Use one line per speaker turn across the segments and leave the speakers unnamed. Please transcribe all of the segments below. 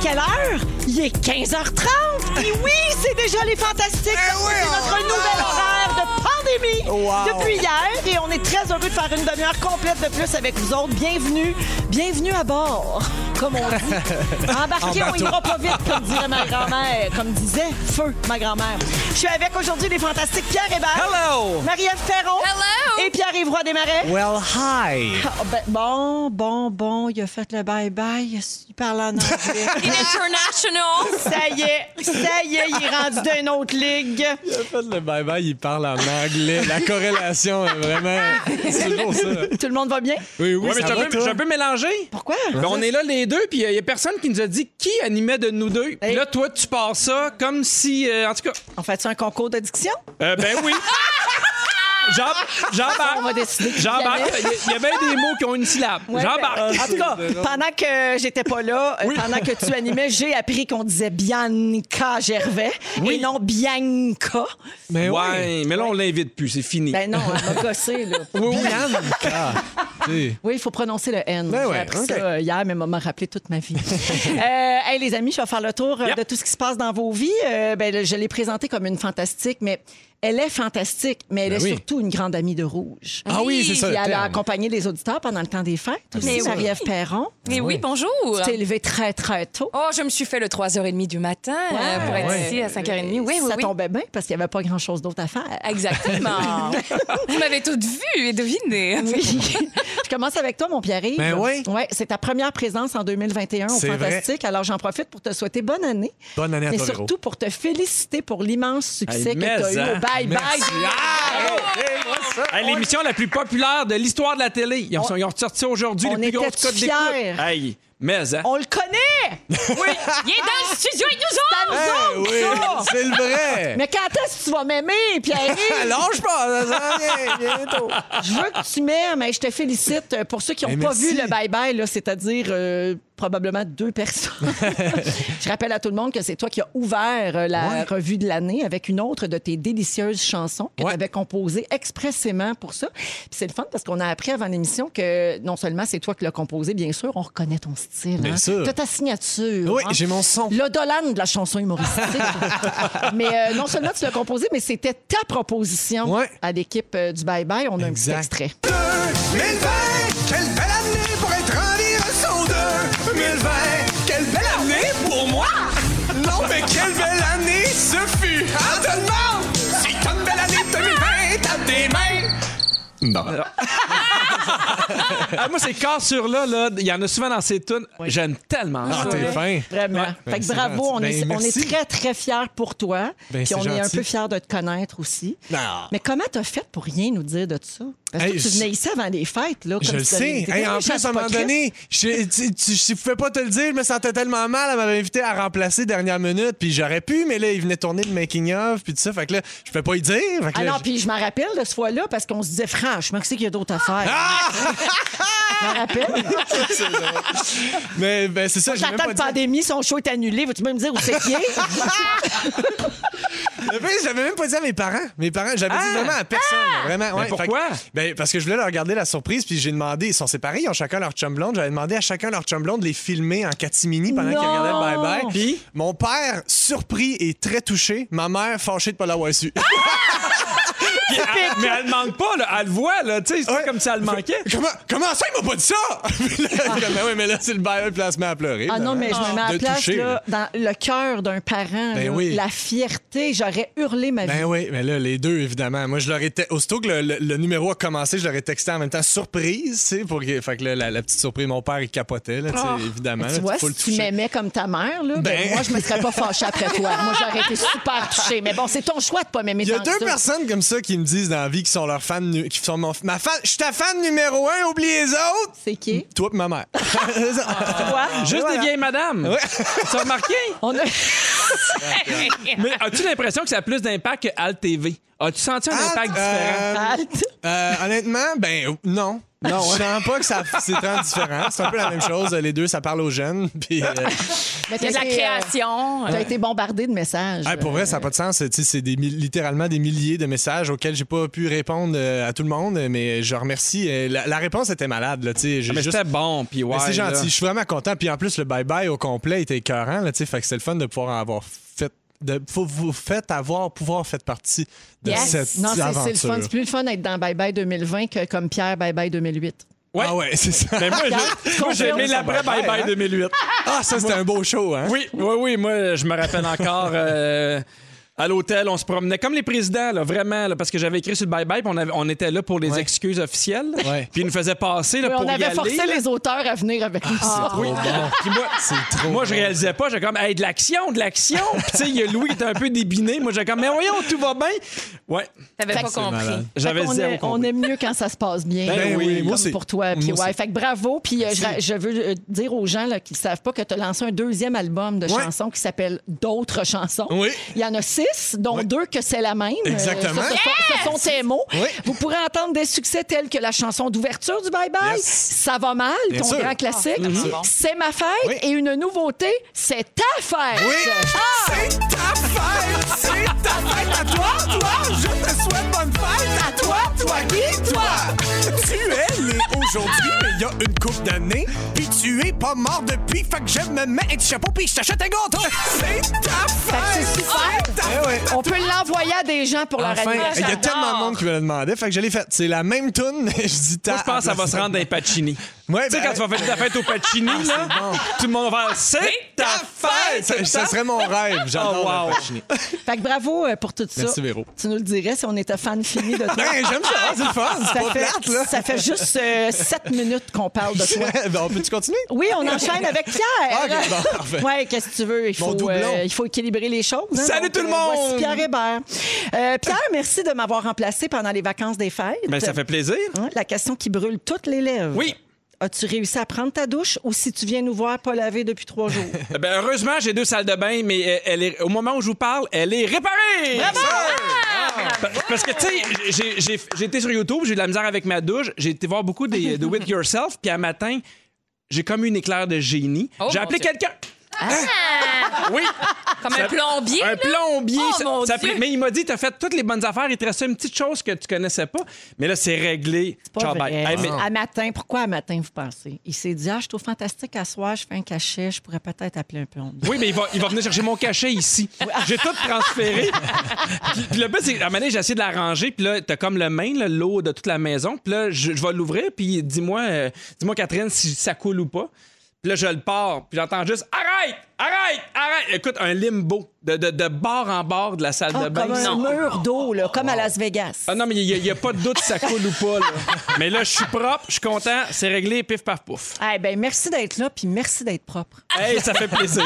quelle heure? Il est 15h30! Et oui, c'est déjà les fantastiques! parce que
Eh oui,
c'est notre
on-
nouvel horaire de pandémie
Wow.
depuis hier et on est très heureux de faire une demi-heure complète de plus avec vous autres. Bienvenue, bienvenue à bord, comme on dit. Embarqué, on ira pas vite, comme dirait ma grand-mère, comme disait Feu, ma grand-mère. Je suis avec aujourd'hui les fantastiques Pierre Hébert,
Hello!
Marie-Ève Ferron
Hello!
et Pierre-Yves Roy Desmarais.
Well, hi!
Ah, ben, bon, bon, bon, il a fait le bye-bye, il parle en anglais.
International!
ça y est, ça y est, il est rendu d'une autre ligue.
En fait, le bye-bye, il parle en anglais. La corrélation est vraiment. C'est toujours ça.
Tout le monde va bien?
Oui, oui,
Ouais, mais
ça
j'ai
va,
un, peu-
toi?
j'ai un peu mélangé.
Pourquoi?
Ben, on est là les deux, puis il n'y a personne qui nous a dit qui animait de nous deux. Puis Là, toi, tu pars ça comme si. euh, en tout cas,
On fait-tu un concours d'addiction?
euh, ben oui. J'en-
On va
J'embarque.
décider. qui
J'embarque.
gagnait.
Il y- il y avait des mots qui ont une syllabe.
Ouais,
J'embarque.
ben, En tout cas, pendant que j'étais pas là, euh, pendant que tu animais, j'ai appris qu'on disait Bianca Gervais et non Bianca.
Mais ouais, mais là, on l'invite plus, c'est fini.
Ben non, elle m'a gossé, là.
Bianca. Tu
Oui, il faut prononcer le N.
Ben
J'ai
ouais,
appris
ok.
ça euh, hier, mais m'a m'a rappelé toute ma vie. Euh, hey, les amis, je vais faire le tour euh,
Yep.
de tout ce qui se passe dans vos vies. Euh, ben, le- je l'ai présentée comme une fantastique, mais elle est fantastique, mais elle
Ben
est
oui.
surtout une grande amie de Rouge.
Ah oui, c'est ça.
Puis
le
elle a
terme.
accompagné les auditeurs pendant le temps des fêtes aussi.
Mais oui.
Marie-Ève Perron,
Mais oui, bonjour!
tu t'es levée très, très tôt.
Oh, je me suis fait le 3h30 du matin euh, pour être
ouais.
ici à 5h30. Oui, oui,
ça
oui.
tombait bien parce qu'il n'y avait pas grand-chose d'autre à faire.
Exactement. Vous m'avez toutes vues et deviné.
Oui. Je commence avec toi, mon Pierre-Yves.
Ben oui.
Ouais, c'est ta première présence en 2021 au
C'est vrai.
Fantastique. Alors, j'en profite pour te souhaiter bonne année.
Bonne année à
Mais
toi, Véro.
surtout pour te féliciter pour l'immense succès
Hey,
que tu
mais
as eu
hein.
au Bye Bye.
Hey, L'émission la plus populaire de l'histoire de la télé. Ils ont, ils ont ressorti aujourd'hui
on
les plus grosses
était
cotes
fiers.
d'écoute. Hey, mais hein.
On le connaît!
Il est dans le studio avec nous
C'est à nous
Eh
autres,
oui,
ça!
c'est le vrai. Ah,
Mais quand est-ce que tu vas m'aimer, Pierre-Yves?
Lâche pas, ça s'en vient bientôt.
Je veux que tu m'aimes. Hey, Je te félicite pour ceux qui n'ont
Hey,
pas
Eh, merci.
vu le bye-bye, là, c'est-à-dire euh, probablement deux personnes. Je rappelle à tout le monde que c'est toi qui as ouvert euh, la
Ouais.
revue de l'année avec une autre de tes délicieuses chansons que
Ouais.
tu avais composée expressément pour ça. Puis c'est le fun parce qu'on a appris avant l'émission que non seulement c'est toi qui l'as composée, bien sûr, on reconnaît ton style.
Bien sûr.
Tu ta signature.
Oui,
hein.
j'ai mon son.
Le Dolan de la chanson humoristique. mais euh, non seulement tu l'as composé, mais c'était ta proposition
Ouais.
à l'équipe euh, du Bye Bye. On a un
Exact.
petit extrait.
2020, quelle belle année pour être en liaison de 2020, quelle belle année pour moi! Non, mais quelle belle année ce fut! Ah, tout le monde! Si t'as une belle année 2020, tape des mains!
Ah, moi, ces cassures-là, là, il y en a souvent dans ces tunes. J'aime tellement
Ah,
ça.
t'es fin.
Vraiment. fait que
c'est
bravo,
gentil.
on,
Ben,
est, on
merci.
est très, très fiers pour toi.
Ben,
Puis
c'est
on est un
gentil.
peu fiers de te connaître aussi.
Non.
Mais comment t'as fait pour rien nous dire de ça? Parce que
Hey,
toi, tu
je-
venais ici avant les fêtes, là. comme
Je
tu
le
t'avais-
sais.
t'étais
Hey, en
riche
plus, à un moment
hypocrite.
donné, je, tu- tu- je pouvais pas te le dire, je me sentais tellement mal. Elle m'avait invité à remplacer dernière minute, puis j'aurais pu, mais là, il venait tourner le making-of, puis tout ça. Fait que là, je pouvais pas y dire. Fait que
Ah
là,
non,
je-
puis je m'en rappelle de ce fois-là parce qu'on se disait, franchement, que c'est qu'il y a d'autres affaires?
Ah!
Je m'en rappelle.
Mais ben, c'est ça, j'ai même
J'attends
pas
la
dit.
pandémie, son show est annulé. Vas-tu même me dire où c'est qui
Le pire, je l'avais même pas dit à mes parents. Mes parents, j'avais
Ah!
dit vraiment à personne. Vraiment, ouais.
pourquoi?
Fait que- ben, parce que je voulais leur garder la surprise, puis j'ai demandé, ils sont séparés, ils ont chacun leur chum blonde. J'avais demandé à chacun leur chum blonde de les filmer en catimini pendant qu'ils
Non!
regardaient le Bye Bye.
Puis?
Mon père, surpris et très touché, ma mère, fâchée de pas l'avoir su.
Puis elle- mais elle manque pas, là. Elle le voit, là. Tu sais, c'est pas
Ah Ouais.
comme si elle manquait.
comment, comment ça, il m'a pas dit ça? Puis là, je suis comme, Ben oui, mais là, c'est le Bye Bye, puis là, elle se met à pleurer.
Ah non, mais je me mets à la
De
place,
toucher,
là, dans le cœur d'un parent.
Ben
là.
oui.
La fierté, j'aurais hurlé ma vie.
Ben oui, mais là, les deux, évidemment. Moi, je leur étais. Aussitôt que le, le- le numéro a commencé, je leur ai texté en même temps surprise, tu sais, pour que. Fait que là, la, la petite surprise, mon père, il capotait, là, tu sais, évidemment. Ah, là,
Ah. Tu vois,
faut
si
le
tu
toucher.
m'aimais comme ta mère, là, ben,
Ben.
moi, je me serais pas fâchée après toi. Moi, j'aurais été super touchée. Mais bon, c'est ton choix de pas m'aimer
Il y a
tant
deux
que ça.
personnes comme ça qui me disent dans la vie qui sont leurs fans. nu- qui sont mon, ma fan. Je suis ta fan numéro un, oublie les autres!
C'est qui?
Toi pis ma mère.
Ah. Toi?
Juste
voilà.
des vieilles madames. Tu as remarqué?
On a-
Mais as-tu l'impression que ça a plus d'impact que Alt TV? As-tu senti un
Alt,
impact
euh,
différent?
Alt.
Euh, honnêtement, ben non. Non, je sens pas que ça, c'est tant différent. C'est un peu la même chose. Les deux, ça parle aux jeunes. Puis, euh,
Mais
Il y a de la
t'as été, euh,
création.
T'as été bombardé de messages.
hey, Ah, pour vrai, ça n'a pas de sens. Tu sais, C'est des, mi- littéralement des milliers de messages auxquels j'ai pas pu répondre euh, à tout le monde, mais je remercie. Euh, La, la réponse était malade. Là, tu sais, j'ai
Ah, Mais
juste-
c'était bon, puis ouais.
Mais c'est
là.
gentil, je suis vraiment content. Puis en plus, le bye-bye au complet était écœurant, là, tu sais, fait que c'est le fun de pouvoir en avoir fait. De, faut- vous faites avoir, pouvoir faire partie de
Yes.
cette
Non, c'est-
aventure.
c'est le fun. C'est plus le fun d'être dans Bye Bye 2020 que comme Pierre Bye Bye 2008.
Ouais.
Ah ouais, c'est ça.
Mais moi, j'ai-
tu
moi, j'ai
confirmes,
aimé
ça
l'après Bye Bye 2008.
Ah, ça, c'était un beau show, hein?
Oui, oui, oui. Moi, je me rappelle encore. euh, À l'hôtel, on se promenait comme les présidents, là, vraiment, là, parce que j'avais écrit sur le bye-bye, puis on, avait- on était là pour les
Ouais.
excuses officielles.
Ouais.
Puis ils nous faisaient passer là,
Oui,
pour
on
y
avait
aller,
forcé
là.
les auteurs à venir avec nous.
Ah. Oui.
Puis moi,
C'est trop.
moi, je
bon.
réalisais pas. J'étais comme, hey, de l'action, de l'action. Puis tu sais, il y a Louis qui était un peu débiné. Moi, j'étais comme, mais voyons, tout va bien. Ouais,
T'avais
Fait
pas
que c'est
compris.
malade.
j'avais
Fait qu'on
zéro
aime- on
compris.
aime mieux quand ça se passe bien.
Ben
là,
oui,
comme
moi, c'est-
pour toi,
moi,
puis ouais.
c'est-
Fait que bravo. Puis euh, je, ra- je veux euh, dire aux gens là, qui ne savent pas que tu as lancé un deuxième album de
Ouais.
chansons qui s'appelle D'autres chansons.
Oui.
Il y en a six, dont deux que c'est la même. Euh,
Exactement.
ça, ce sont- ce sont tes mots.
Oui.
Vous pourrez entendre des succès tels que la chanson d'ouverture du Bye Bye,
Yes.
Ça va mal,
Bien
ton
sûr.
grand classique,
Ah, Mhm.
C'est ma fête
Oui.
et une nouveauté, c'est ta fête.
Oui.
C'est ta fête, c'est ta fête à toi, toi. Je te souhaite bonne fête à toi, toi qui, toi. Tu es né aujourd'hui, mais il y a une coupe d'années. Puis tu es pas mort depuis, fait que je me mets un petit chapeau puis je t'achète un gâteau. C'est ta
Fait que
fête,
c'est super.
c'est ta
Eh ouais.
On peut l'envoyer à des gens pour leur
Enfin, il y a
anniversaire.
tellement de monde qui me le demandait, fait que je l'ai fait. C'est la même tune, mais je dis tant.
Moi, je pense que ça va se rendre dans Pacini.
Ouais,
tu sais,
ben,
quand tu vas faire ta fête au Pacini, là, tout le monde va faire Ah, C'est ta fête!
ben, Ça,
c'est
ça
ta-
serait mon rêve. J'adore
Oh, wow.
le Pacini.
Fait que bravo euh, pour tout ça.
Merci, Véro.
Tu nous le dirais si on était fan fini de toi.
Ben, j'aime ça, c'est le fun. C'est
ça,
pas
fait,
plate, là.
ça fait juste euh, sept minutes qu'on parle de toi.
ben, on peut-tu continuer?
Oui, on enchaîne avec Pierre.
Ah, ok, bon, parfait.
ouais, qu'est-ce que tu veux? Il
Mon
faut, euh,
doublon.
il faut équilibrer les choses. hein.
Salut tout le monde!
euh, Voici Pierre Hébert. Euh, Pierre, merci de m'avoir remplacé pendant les vacances des fêtes.
Ben, ça fait plaisir.
Hein, La question qui brûle toutes les lèvres.
Oui.
As-tu réussi à prendre ta douche ou si tu viens nous voir pas laver depuis trois jours?
Ben, heureusement, j'ai deux salles de bain, mais euh, elle est, au moment où je vous parle, elle est réparée!
Ah!
Pa- Parce que, tu sais, j'ai- j'ai- j'ai été sur YouTube, j'ai eu de la misère avec ma douche, j'ai été voir beaucoup des, de With Yourself, puis à matin, j'ai comme eu une éclair de génie.
Oh,
j'ai
mon
appelé
Dieu. Ah!
quelqu'un. Hein? Oui,
Comme un plombier.
un
là.
plombier.
Oh,
ça-
mon
ça a
Dieu.
pris- mais il m'a dit, t'as fait toutes les bonnes affaires, il te restait une petite chose que tu connaissais pas. Mais là, c'est réglé.
Pas
Ciao,
vrai.
bye. Hey, mais-
À matin, pourquoi à matin, vous pensez? Il s'est dit, ah, je trouve fantastique, à soir, je fais un cachet, je pourrais peut-être appeler un plombier.
Oui, mais il va, il va venir chercher mon cachet ici. J'ai tout transféré. puis, puis le but, c'est à un moment donné, j'ai essayé de la ranger. Puis là, t'as comme le main, là, l'eau de toute la maison. Puis là, je, je vais l'ouvrir. Puis dis-moi, euh, dis-moi, Catherine, si ça coule ou pas. Puis là, je le pars. Puis j'entends juste Arrête, arrête, arrête. Écoute, un limbo de, de, de bord en bord de la salle de
Ah,
bain.
comme un
Non.
mur d'eau, là, comme à Las Vegas.
Ah non, mais il n'y a, pas de doute si ça coule ou pas. là. Mais là, je suis propre, je suis content, c'est réglé, pif paf pouf.
Eh ben, merci d'être là, puis merci d'être propre.
Hey, ça fait plaisir.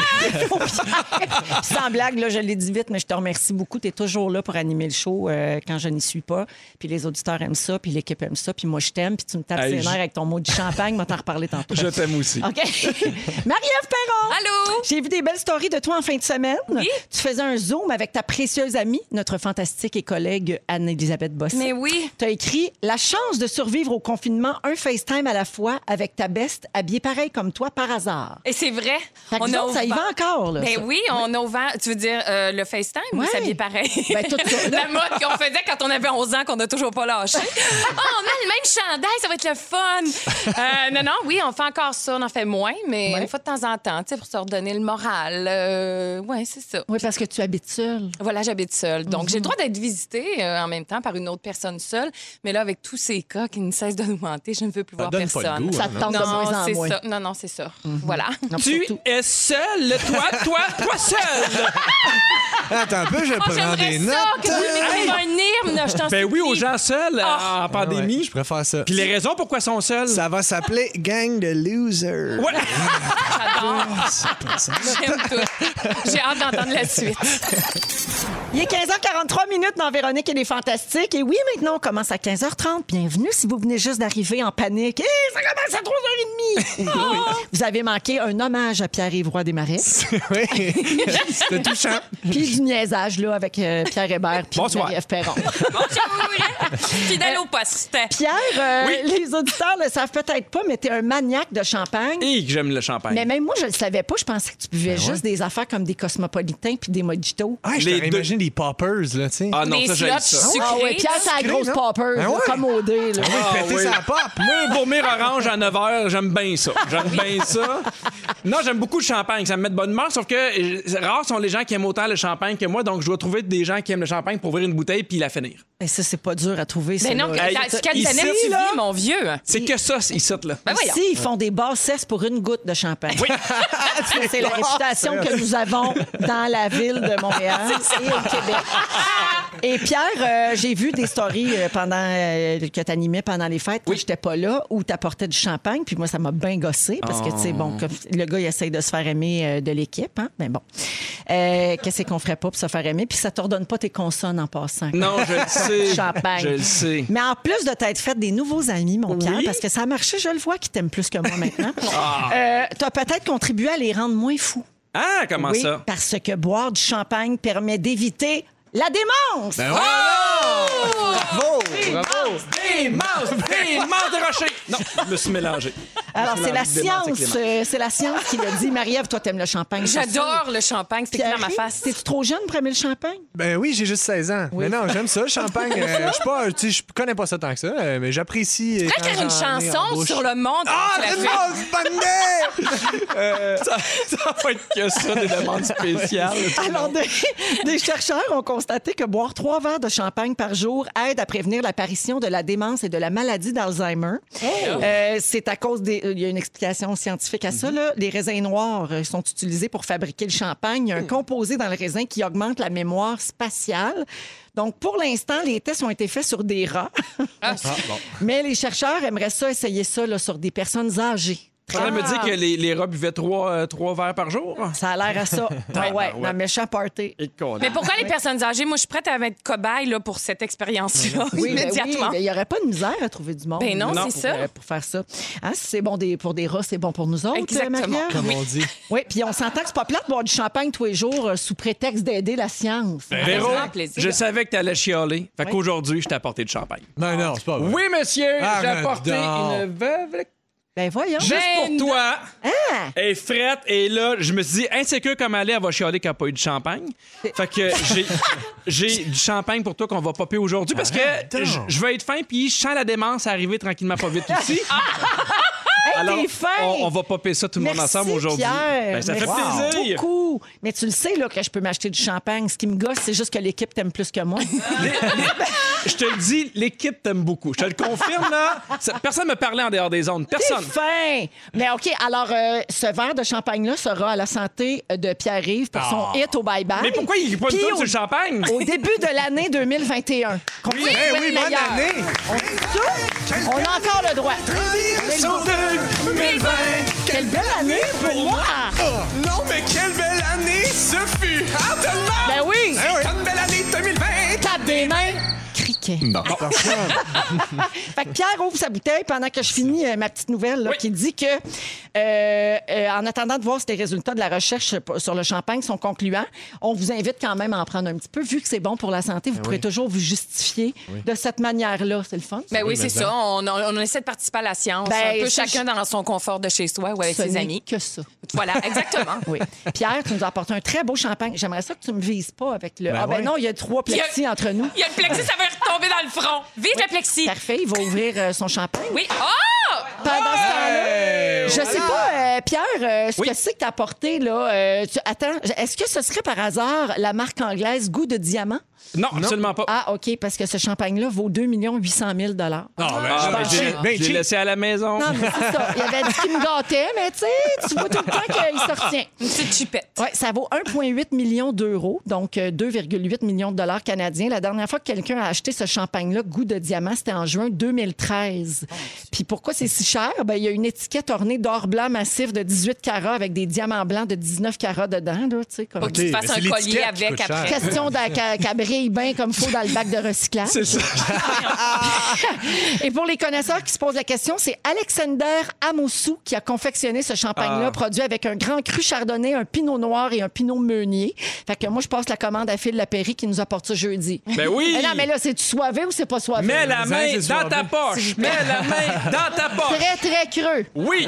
Puis sans blague, là, je l'ai dit vite, mais je te remercie beaucoup. Tu es toujours là pour animer le show euh, quand je n'y suis pas. Puis les auditeurs aiment ça, puis l'équipe aime ça, puis moi, je t'aime, puis tu me tapes
Hey,
les
je-
nerfs avec ton mot de champagne. Moi, t'en reparler tantôt.
Je t'aime aussi.
OK. Marie-Ève Perron!
Allô?
J'ai vu des belles stories de toi en fin de semaine. Tu faisais un zoom avec ta précieuse amie, notre fantastique et collègue Anne-Élisabeth Bossé.
Mais oui.
Tu as écrit La chance de survivre au confinement, un FaceTime à la fois avec ta beste habillée pareil comme toi par hasard.
Et c'est vrai.
Fait que nous autres, ça y va encore, là,
Ben
ça.
oui, on a ouvert. Tu veux dire euh, le FaceTime ou
Ouais.
s'habiller pareil?
Ben, tout ça, là.
La mode qu'on faisait quand on avait 11 ans, qu'on n'a toujours pas lâché. Ah, on a le même chandail, ça va être le fun. Euh, non, non, oui, on fait encore ça. On en fait moins, mais
Ouais.
une fois de temps en temps, tu sais, pour se redonner le moral. oui, c'est ça.
Oui, parce que tu habites seule.
Voilà, j'habite seule. Donc,
Mhm.
j'ai le droit d'être visitée euh, en même temps par une autre personne seule. Mais là, avec tous ces cas qui ne cessent d'augmenter, je ne veux plus
Ça
voir
donne pas
personne.
le goût,
Ça
hein,
te
non?
tente de moins
Non,
en
c'est
moins. Mhm.
ça. Non, non, c'est ça. Voilà.
Non,
Tu
surtout.
es seul, toi, toi, toi seul.
Attends un peu, je
Oh,
prends
j'aimerais
des notes.
ça que vous m'écriviez un hymne, je t'en
Ben oui,
supplie.
aux gens seuls
Ah.
en pandémie.
Ouais, je préfère ça.
Puis les raisons pourquoi ils sont seuls.
Ça va s'appeler Gang de Losers.
Ouais.
Ah, J'adore. J'aime tout. J'ai hâte d'entendre la suite.
Il est 15h43 minutes dans Véronique et les Fantastiques. Et oui, maintenant, on commence à 15h30. Bienvenue si vous venez juste d'arriver en panique. Hé, ça commence à 3h30. Vous avez manqué un hommage à Pierre-Yves Roy Desmarais.
oui. C'était touchant.
Puis du niaisage, là, avec euh, Pierre Hébert puis
Bonsoir.
Marie-Ève Perron.
Fidèle au poste.
Pierre, euh, les auditeurs le savent peut-être pas, mais t'es un maniaque de champagne.
Et que j'aime le champagne.
Mais même moi, je le savais pas. Je pensais que tu buvais juste des affaires comme des cosmopolitains puis des mojitos.
Ben Ah, je
Les
t'aurais
deux.
imaginé les poppers, là, tu sais.
Ah non,
Des
ça,
slots
j'aime ça.
sucrés.
Ah ouais, Pierre, c'est la
Sucré,
grosse
non?
popper,
Ah
là,
ouais.
comme au dé. là.
Ah oui, péter
oui.
sa pop.
Moi, vomir orange à 9 h, j'aime bien ça. J'aime bien ça. Non, j'aime beaucoup le champagne, ça me met de bonne humeur, sauf que euh, rares sont les gens qui aiment autant le champagne que moi, donc je dois trouver des gens qui aiment le champagne pour ouvrir une bouteille puis la finir.
Et ça, c'est pas dur à trouver.
Mais Ben non,
Hey,
la-
ça-
quelle
ici,
planète tu
là-
vis, mon vieux?
C'est que ça, ils sortent là.
Ben voyons.
Ici, ils font des basses cesses pour une goutte de champagne. Ça, c'est la réputation que nous avons dans la ville de Montréal et au Québec. Et Pierre, euh, j'ai vu des stories euh, pendant, euh, que tu animais pendant les fêtes, quand j'étais pas là, où tu apportais du champagne. Puis moi, ça m'a bien gossé parce que, tu sais,
Oh.
bon, comme le gars, il essaye de se faire aimer euh, de l'équipe. Hein? Mais bon, Euh, qu'est-ce qu'on ferait pas pour se faire aimer? Puis ça t'ordonne pas tes consonnes en passant.
Non, je le sais.
Champagne.
Je le sais.
Mais en plus de t'être fait des nouveaux amis, mon Pierre, parce que ça a marché, je le vois, qui t'aime plus que moi maintenant. Euh, T'as peut-être contribué à les rendre moins fous.
Ah, comment
oui,
ça?
parce que boire du champagne permet d'éviter la démence.
Ben
Ah,
voilà! Bravo! Bravo!
Immense! Immense de rocher! Non, je me suis mélangé.
Alors, c'est la
Démence et
science,
Clément.
euh, c'est la science qui l'a dit. Marie-Ève, toi, t'aimes le champagne.
J'adore le champagne, c'est
Pierre,
clair ma face.
t'es-tu trop jeune pour aimer le champagne?
Ben oui, j'ai juste 16 ans. Mais non, j'aime ça, le champagne. euh, je suis pas, tu sais, je connais pas ça tant que ça, euh, mais j'apprécie.
Tu
Ah,
pourrais faire une chanson sur le monde.
Ah,
Tu l'as
c'est
fait.
une grosse bandée!
Ça, ça va être que ça, des demandes spéciales.
Alors, des, des chercheurs ont constaté que boire trois verres de champagne par jour aide à prévenir l'apparition de la démence et de la maladie d'Alzheimer.
Oh!
Euh, c'est à cause des. Il y a une explication scientifique à
Mhm.
ça. là. Les raisins noirs euh, sont utilisés pour fabriquer le champagne.
Hmm.
Il y a un composé dans le raisin qui augmente la mémoire spatiale. Donc, pour l'instant, les tests ont été faits sur des rats.
Ah,
Mais les chercheurs aimeraient ça essayer ça là, sur des personnes âgées. Ah!
Tu en train de me
Ah.
dire que les, les rats buvaient trois, euh, trois verres par jour?
Ça a l'air à ça. Ah ouais, dans le méchant party.
Et de condamne.
Mais pourquoi les personnes âgées? Moi, je suis prête à mettre cobaye là, pour cette expérience-là
Oui, ben oui,
immédiatement.
ben il n'y aurait pas de misère à trouver du monde.
Ben non,
là,
c'est
pour,
ça.
euh, pour faire ça. Hein, si c'est bon des, pour des rats, c'est bon pour nous autres, euh,
Exactement.
Marie-Ève?
Comme on dit.
Oui, puis on s'entend que c'est pas plate de boire du champagne tous les jours euh, sous prétexte d'aider la science.
Ben, Véro,
grand plaisir.
je savais que t'allais chialer. Fait qu'aujourd'hui, je t'ai apporté du champagne.
Non, non, c'est pas vrai.
Oui, monsieur, j'ai
Arrête
apporté
donc.
une veuve
Ben voyons.
juste
Ben
pour toi.
Ah.
Et frette. Et là, je me suis dit, insécure comme elle est, elle va chialer qu'elle n'a pas eu de champagne. Fait que j'ai- j'ai du champagne pour toi qu'on va popper aujourd'hui parce que
donc.
je je veux être fin puis je sens la démence arriver tranquillement pas vite aussi.
Ah,
Hey,
Alors,
t'es fin!
on, on va popper ça tout le monde
Merci,
ensemble aujourd'hui.
Pierre.
Ben, ça
Merci
fait plaisir.
Beaucoup. Mais tu le sais là, que je peux m'acheter du champagne. Ce qui me gosse, c'est juste que l'équipe t'aime plus que moi.
Je te le dis, l'équipe t'aime beaucoup. Je te le confirme, là. Ça- Personne ne me parlait en dehors des ondes.
T'es
Personne.
fin! Mais OK, alors euh, ce verre de champagne-là sera à la santé de Pierre-Yves pour son hit au bye-bye.
Ah. Mais pourquoi il n'y a pas
Puis
une tour
au-
sur le champagne?
Au début de l'année 2021. Qu'on
Oui,
fait
Eh
le
oui, bonne
meilleur.
année!
On a encore le droit. Quelle belle année pour moi!
Non, mais quelle belle année ce fut! Ah, tellement!
Ben oui!
Eh oui. Quelle belle année 2020!
Tape des mains! Criquet.
Non, personne.
Fait que Pierre ouvre sa bouteille pendant que je finis euh, ma petite nouvelle là, qui dit que, euh, euh, en attendant de voir si les résultats de la recherche sur le champagne sont concluants, on vous invite quand même à en prendre un petit peu. Vu que c'est bon pour la santé, vous pourrez toujours vous justifier de cette manière-là. C'est le fun.
Ben oui, c'est ça. On, on- on essaie de participer à la science.
Ben,
un peu
c'est-
chacun dans son confort de chez soi ou avec
Ce
euh, ses
n'est
amis.
que ça.
Voilà, exactement.
Oui. Pierre, tu nous as apporté un très beau champagne. J'aimerais ça que tu me vises pas avec le. ah, ben
ouais.
non, il y a trois
y a-
plexis entre nous.
Il y a le plexi, ça va retomber dans le front. Vive le plexi.
Parfait, il va ouvrir euh, son champagne.
Oui. Oh!
Pendant ce temps-là, je sais pas, euh, Pierre, euh, ce
Oui.
que c'est que t'as apporté, là. euh, tu- attends, est-ce que ce serait par hasard la marque anglaise Goût de Diamant?
Non, absolument pas.
Ah, OK, parce que ce champagne-là vaut 2 800 000
Non, ben,
Ah, ben,
je-
je l'ai-
je- ben,
je l'ai
cheap.
laissé à la maison.
Non, mais c'est ça. Il avait dit qu'il me gâtait, mais tu sais, tu vois tout le temps qu'il se retient.
Une petite chipette.
Ouais, ça vaut 1,8 million d'euros, donc euh, 2,8 millions de dollars canadiens. La dernière fois que quelqu'un a acheté ce champagne-là, goût de diamant, c'était en juin 2013. Puis pourquoi c'est si cher? Ben, il y a une étiquette ornée d'or blanc massif de de 18 carats avec des diamants blancs de 19 carats dedans. Là, tu sais, comme...
Faut que tu te
Ok,
fasses
mais
un
c'est
collier
l'étiquette qui
avec
coûte
après.
cher.
Question d'a- qu'a- qu'elle brille bien comme faut dans le bac de recyclage.
C'est ça.
Et pour les connaisseurs qui se posent la question, c'est Alexander Amoussou qui a confectionné ce champagne-là,
Ah.
produit avec un grand cru chardonnay, un pinot noir et un pinot meunier. Fait que moi, je passe la commande à Phil Lapéry qui nous apporte ça jeudi.
Ben oui.
Mais non, mais là, c'est-tu soivé ou c'est pas soivé?
Mets la main
c'est
dans ta
soirée.
poche. Mets la main dans ta poche.
Très, très creux.
Oui.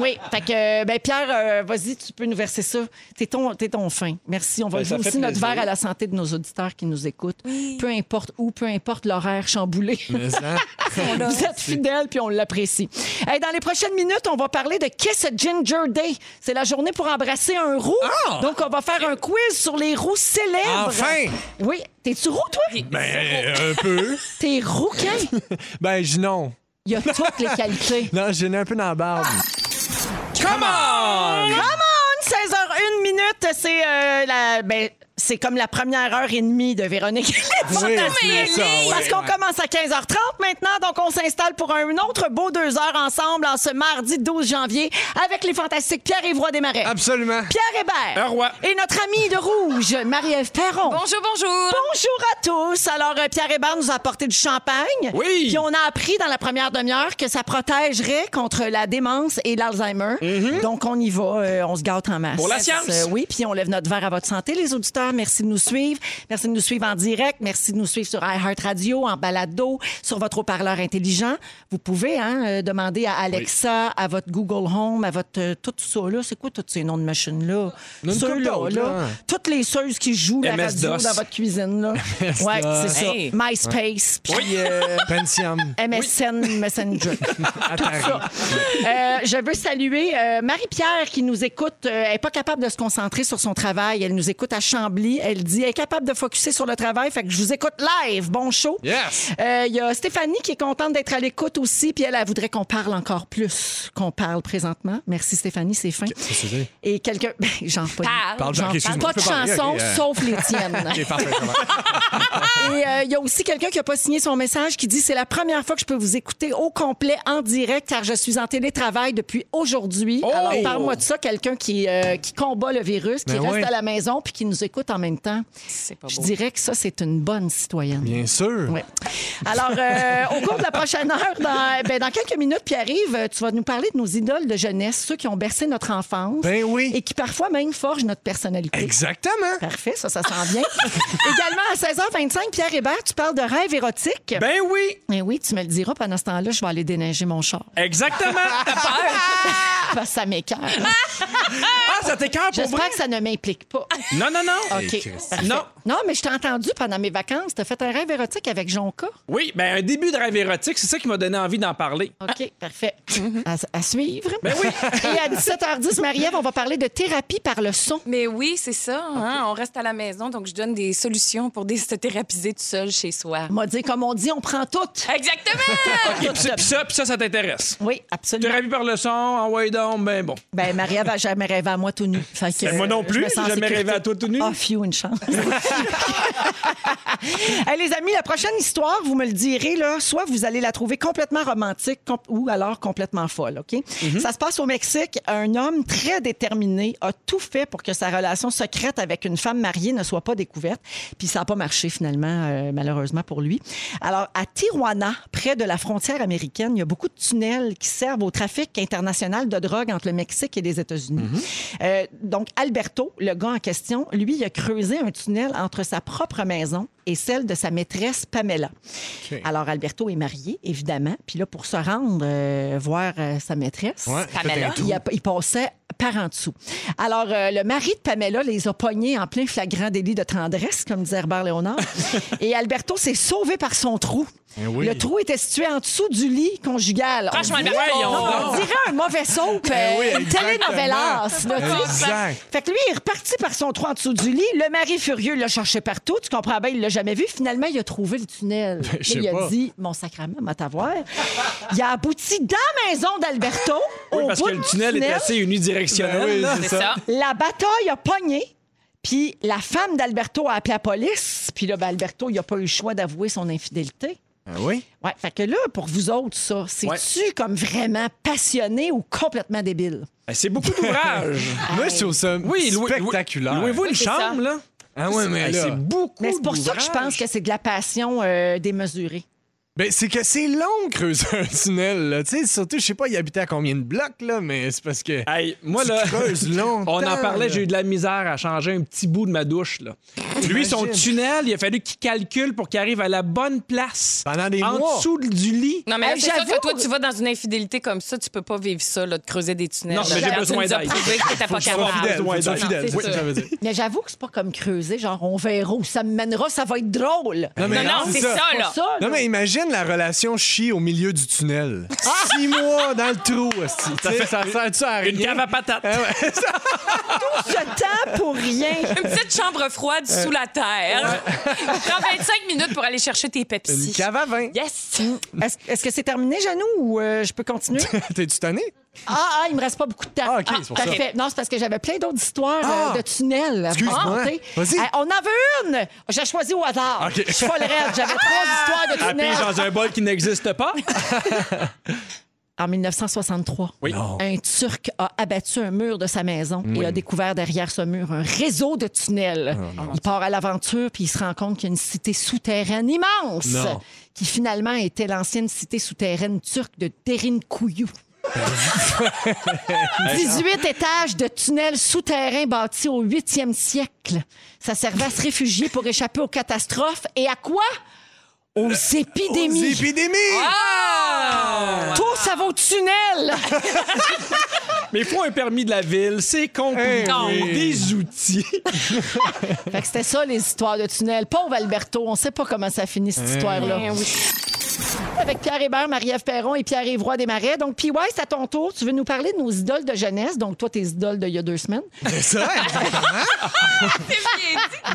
Oui. Fait que, ben, Pierre, euh, vas-y, tu peux nous verser ça. T'es ton, t'es ton fin. Merci. On va
Ben, ça
jouer
fait
aussi notre
plaisir.
verre à la santé de nos auditeurs qui nous écoutent. Peu importe où, peu importe l'horaire chamboulé.
Mais, hein,
Vous êtes fidèles, puis on l'apprécie. Hey, dans les prochaines minutes, on va parler de Kiss a Ginger Day. C'est la journée pour embrasser un roux. Donc, on va faire un quiz sur les roux célèbres.
Ah! Enfin!
Oui. T'es-tu roux, toi?
ben, euh, un peu.
T'es rouquin.
Ben, je- non.
Il y a toutes les qualités.
Non, j'ai un peu dans la barbe.
Ah,
Come on.
Come on! 16h01 minute, c'est euh, la... Ben, c'est comme la première heure et demie de Véronique.
Oui,
mais
c'est ça,
Ellie!
oui.
Parce qu'on commence à 15h30 maintenant, donc on s'installe pour un autre beau deux heures ensemble en ce mardi 12 janvier avec les fantastiques Pierre-Yves Roy Desmarais.
Absolument.
Pierre Hébert.
Un roi.
Et notre ami de rouge, Marie-Ève Perron.
Bonjour, bonjour.
Bonjour à tous. Alors, euh, Pierre Hébert nous a apporté du champagne.
Oui.
Puis on a appris dans la première demi-heure que ça protégerait contre la démence et l'Alzheimer. Donc, on y va. euh, on se gâte en masse.
Mhm. Pour la science.
Euh, oui, puis on lève notre verre à votre santé, les auditeurs. Merci de nous suivre. Merci de nous suivre en direct. Merci de nous suivre sur iHeartRadio, en balado, sur votre haut-parleur intelligent. Vous pouvez hein, euh, demander à Alexa, à votre Google Home, à votre... euh, tout ça, là. C'est quoi tous ces noms de machines-là?
Il y en a une couple
Ceux-là,
d'autres,
là.
là.
Toutes les seules qui jouent la radio
MS-DOS.
dans votre cuisine, là. ouais, c'est ça.
Hey.
MySpace, puis euh,
Pentium.
MSN Messenger.
Atari.
Euh, je veux saluer euh, Marie-Pierre qui nous écoute. Euh, elle n'est pas capable de se concentrer sur son travail. Elle nous écoute à Chambly. Elle dit elle est capable de focuser sur le travail. Fait que je vous écoute live. Bon show. Euh,
Yes!
Il y a Stéphanie qui est contente d'être à l'écoute aussi, puis elle, elle voudrait qu'on parle encore plus qu'on parle présentement. Merci Stéphanie, c'est fin. Et quelqu'un, ben, j'en
Parle.
Parle, Jacques, excuse-moi,
pas de
je peux parler,
chansons,
ok, euh.
sauf les tiennes.
OK, parfait. ça va.
Et euh, il y a aussi quelqu'un qui n'a pas signé son message qui dit c'est la première fois que je peux vous écouter au complet en direct car je suis en télétravail depuis aujourd'hui.
Oh!
Alors parle-moi de ça, quelqu'un qui, euh, qui combat le virus, qui
Ben
reste
oui.
à la maison puis qui nous écoute en même temps.
C'est pas
Je
beau.
dirais que ça c'est une bonne citoyenne.
Bien sûr.
Ouais. Alors, euh, au cours de la prochaine heure, dans, ben, dans quelques minutes, puis arrive, tu vas nous parler de nos idoles de jeunesse, ceux qui ont bercé notre enfance
Ben oui.
et qui parfois même forgent notre personnalité.
Exactement.
Parfait, ça, ça s'en vient. Également, à 16h25, Pierre Hébert, tu parles de rêves érotiques.
Ben oui.
Eh oui, tu me le diras, pendant ce temps-là, je vais aller déneiger mon char.
Exactement. T'as peur.
Parce que ça m'écœure.
Ah, ça t'écœure pour vrai?
J'espère que ça ne m'implique pas.
Non, non, non.
OK. parfait.
Non.
Non, mais je t'ai entendu pendant mes vacances. Tu as fait un rêve érotique avec Jonca.
Oui, ben un début de rêve érotique, c'est ça qui m'a donné envie d'en parler.
OK, parfait. À, à suivre.
Ben
Et à 17h10, Marie-Ève, on va parler de thérapie par le son.
Mais oui, c'est ça. hein, On reste à la maison, donc je donne des solutions pour dé- se thérapiser tout seul chez soi.
M'a dit, comme on dit, on prend toutes.
Exactement!
OK, puis ça, puis ça, puis ça, ça t'intéresse.
Oui, absolument.
Thérapie par le son, en way down, ben bon.
Ben, Marie-Ève a jamais rêvé à moi tout nu. Fait que,
Ben, moi non
euh,
plus,
je me sens en
j'ai jamais
sécurité.
rêvé à toi tout nu.
Ah, fiou, une chance. Hey, les amis, la prochaine histoire, vous me le direz, là, soit vous allez la trouver complètement romantique com- ou alors complètement folle, OK?
Mm-hmm.
Ça se passe au Mexique. Un homme très déterminé a tout fait pour que sa relation secrète avec une femme mariée ne soit pas découverte. Puis ça n'a pas marché, finalement, euh, malheureusement pour lui. Alors, à Tijuana, près de la frontière américaine, il y a beaucoup de tunnels qui servent au trafic international de drogue entre le Mexique et les États-Unis. Euh, donc, Alberto, le gars en question, lui, il a creusé un tunnel entre sa propre maison et celle de sa maîtresse Pamela. Alors, Alberto est marié, évidemment. Puis là, pour se rendre euh, voir euh, sa maîtresse,
Ouais,
Pamela.
faites un
il, a- il passait par en dessous. Alors, euh, le mari de Pamela les a pognés en plein flagrant délit de tendresse, comme disait Herbert Léonard. et Alberto s'est sauvé par son trou.
Eh oui.
Le trou était situé en dessous du lit conjugal. On
Franchement,
dirait-
Alberto,
Non,
non.
on dirait un mauvais soap,
Ben
euh,
oui,
une
exactement.
télénovelas. là, tu sais.
Exact.
Fait que lui, il est reparti par son trou en dessous du lit. Le mari furieux l'a cherché partout. Tu comprends bien, il l'a jamais vu. Finalement, il a trouvé le tunnel.
Ben,
Là,
je sais
il a
pas.
dit Mon sacrament, m'a t'avoir. Il a abouti dans la maison d'Alberto. au
Parce
bout
que le
du
tunnel est assez unidirectionnel.
Ben oui,
là.
C'est ça.
La bataille a pogné. Puis la femme d'Alberto a appelé la police. Puis là, ben, Alberto, il n'a pas eu le choix d'avouer son infidélité.
Ah oui?
Ouais, fait que là, pour vous autres, ça, c'est-tu comme vraiment passionné ou complètement débile?
Ben, C'est beaucoup d'ouvrage.
Moi, je trouve ça
oui, louez-
spectaculaire.
Louez-vous une
Oui, c'est ça.
chambre, là.
Ah ouais, mais
Hey,
là-
C'est beaucoup
Mais c'est pour ça que je pense
d'ouvrage.
que c'est de la passion euh, démesurée.
Ben, c'est que c'est long creuser un tunnel, là. Tu sais, surtout, je sais pas, il habitait à combien de blocs, là, mais c'est parce que.
Hey, moi,
Tu
là,
creuses longtemps,
on en parlait,
là.
j'ai eu de la misère à changer un petit bout de ma douche. Là. Lui, son tunnel, il a fallu qu'il calcule pour qu'il arrive à la bonne place.
Pendant des
en
mois.
dessous du lit.
Non, mais
Hey,
c'est sûr
j'avoue-
que toi, tu vas dans une infidélité comme ça, tu peux pas vivre ça, là, de creuser des tunnels.
Non, mais j'ai
Quand
besoin
Tu nous as
d'aide.
prouvé que t'étais pas
Sois fidèle,
capable.
faut que tu sois
Non,
fidèle.
c'est
Oui,
ça.
ça veut dire.
Mais j'avoue que c'est pas comme creuser, genre on verra où ça me mènera, ça va être drôle.
Non, non, c'est ça,
Pas
là.
ça,
Non,
là.
mais imagine la relation chie au milieu du tunnel. Six mois dans le trou, hostie. Tu sais, ça sert-tu à rien? Ah
Une cave à patates.
Ce temps pour rien.
Une petite chambre froide sous la terre. Prends 25 minutes pour aller chercher tes Pepsi.
Une cave à vin.
Yes!
Est-ce est-ce que c'est terminé, Janou, ou euh, je peux continuer?
T'es-tu tanné?
Ah, ah, il me reste pas beaucoup de temps.
Ah, OK, c'est pour ça.
parfait. Non, c'est parce que j'avais plein d'autres histoires euh,
Ah!
de tunnels. à vous
Excuse-moi.
raconter.
Vas-y.
Eh, on en veut une! J'ai choisi au hasard.
OK.
Je suis folle raide. J'avais trois histoires de
Tapé
tunnels.
dans un bol qui n'existe pas.
En 1963,
Oui.
un Turc a abattu un mur de sa maison et a découvert derrière ce mur un réseau de tunnels. il part à l'aventure puis il se rend compte qu'il y a une cité souterraine immense
Non.
qui finalement était l'ancienne cité souterraine turque de Derinkouyou. 18 étages de tunnels souterrains bâtis au 8e siècle. Ça servait à se réfugier pour échapper aux catastrophes et à quoi? Aux épidémies.
C'est épidémie!
Tout ça va au tunnel!
Mais il faut un permis de la ville. C'est compliqué.
Eh oui.
Des outils.
Fait que c'était ça, les histoires de tunnels. Pauvre Alberto, on sait pas comment ça finit, cette
Ben
histoire-là. Avec Pierre Hébert, Marie-Ève Perron et Pierre-Yves Roy Desmarais. Donc, PY, c'est à ton tour. Tu veux nous parler de nos idoles de jeunesse. Donc, toi, tes idoles d'il y a deux semaines.
C'est ça, hein?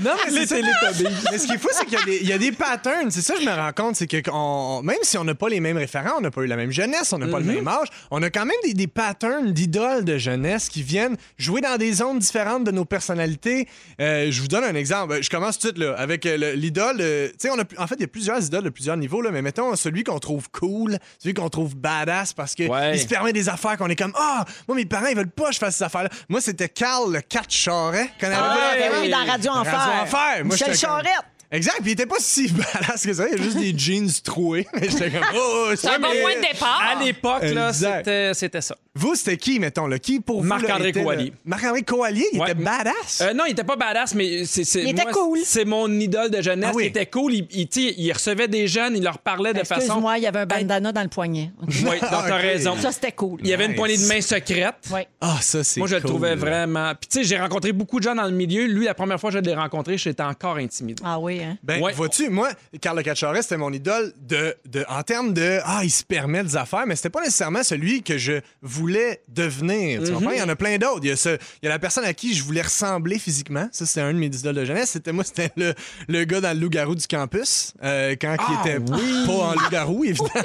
Non, mais les Mais ce qui est fou, c'est qu'il y a des- il y, a des patterns. C'est ça, que je me rends compte. C'est que qu'on- même si on n'a pas les mêmes référents, on n'a pas eu la même jeunesse, on n'a pas le même âge, on a quand même des, des patterns d'idoles de jeunesse qui viennent jouer dans des zones différentes de nos personnalités. Euh, je vous donne un exemple. Je commence tout de suite là, avec euh, le- l'idole. euh, tu sais, on a pl- en fait, il y a plusieurs idoles de plusieurs niveaux, là, mais mettons celui qu'on trouve cool, celui qu'on trouve badass parce que
Ouais.
il se permet des affaires qu'on est comme Ah, moi, mes parents, ils veulent pas que je fasse ces affaires-là. Moi, c'était Carl le 4 charret. Connais-vous?
Ah,
ben oui, dans Radio Enfer.
Radio Enfer. Moi,
Michel
j'étais comme-
Charette.
Exact, puis il était pas si badass que ça. Il y a juste des jeans troués. Mais j'étais comme, oh, oh,
C'est un bon
mais-
point de départ.
À
Ah!
l'époque, là,
Exact.
c'était c'était ça.
Vous, c'était qui, mettons, là? Qui pour vous, là,
Marc-André
était le-
Coallier.
Marc-André Coallier, il
Ouais.
était badass.
Euh, non, il était pas badass, mais c'est c'est-
Il était
moi,
cool.
C'est mon idole de jeunesse.
Ah oui.
Il était cool. Il, il- tu sais, il recevait des jeunes, il leur parlait
Ben,
de façon.
Excuse-moi, il y avait un bandana dans le poignet.
Oui, donc
Ah,
t'as
ok.
raison.
Ça, c'était cool.
Il y avait une
Nice.
poignée de main secrète.
Ouais.
Ah, ça, c'est
Moi, je le
cool.
trouvais vraiment. Puis, tu sais, j'ai rencontré beaucoup de gens dans le milieu. Lui, la première fois que je l'ai rencontré, j'étais encore intimidé.
Ah oui, hein?
Ben,
Ouais.
vois-tu, moi, Carl Le Cacciaret, c'était mon idole de, de, en termes de Ah, il se permet des affaires, mais c'était pas nécessairement celui que je voulais devenir. Tu comprends? Il y en a plein d'autres. Il y, a ce- il y a la personne à qui je voulais ressembler physiquement. Ça, c'était un de mes idoles de jeunesse. C'était moi, c'était le, le gars dans le loup-garou du campus, euh, quand il était pas en loup-garou, évidemment.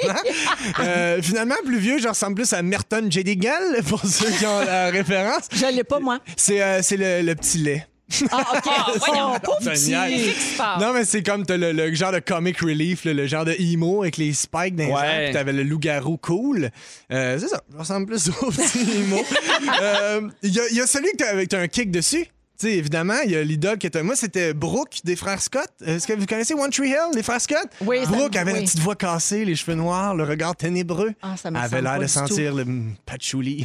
Euh, finalement, plus vieux, je ressemble plus à Merton J. Deagle, pour ceux qui ont la référence.
Je l'ai pas, moi.
C'est euh, c'est le- le petit lait.
Ah, OK.
Ah, voyons.
Oh, pauvre
Daniel.
petit.
Qu'est-ce qui se passe?
Non, mais c'est comme t'as le, le genre de comic relief, là, le genre de emo avec les spikes dans les
Ouais.
airs, puis t'avais le loup-garou cool. Euh, c'est ça, je ressemble plus au petit emo. Euh, Il y, a- il y a celui que t'as avec t'as un kick dessus. Tu sais, évidemment, il y a l'idole qui était. Moi, c'était Brooke des frères Scott. Est-ce que vous connaissez One Tree Hill, les frères Scott?
Oui, ça
Brooke
me-
avait
oui.
la petite voix cassée, les cheveux noirs, le regard ténébreux.
Ah, ça me
avait
semble
l'air
pas
de
du
sentir le mm, patchouli.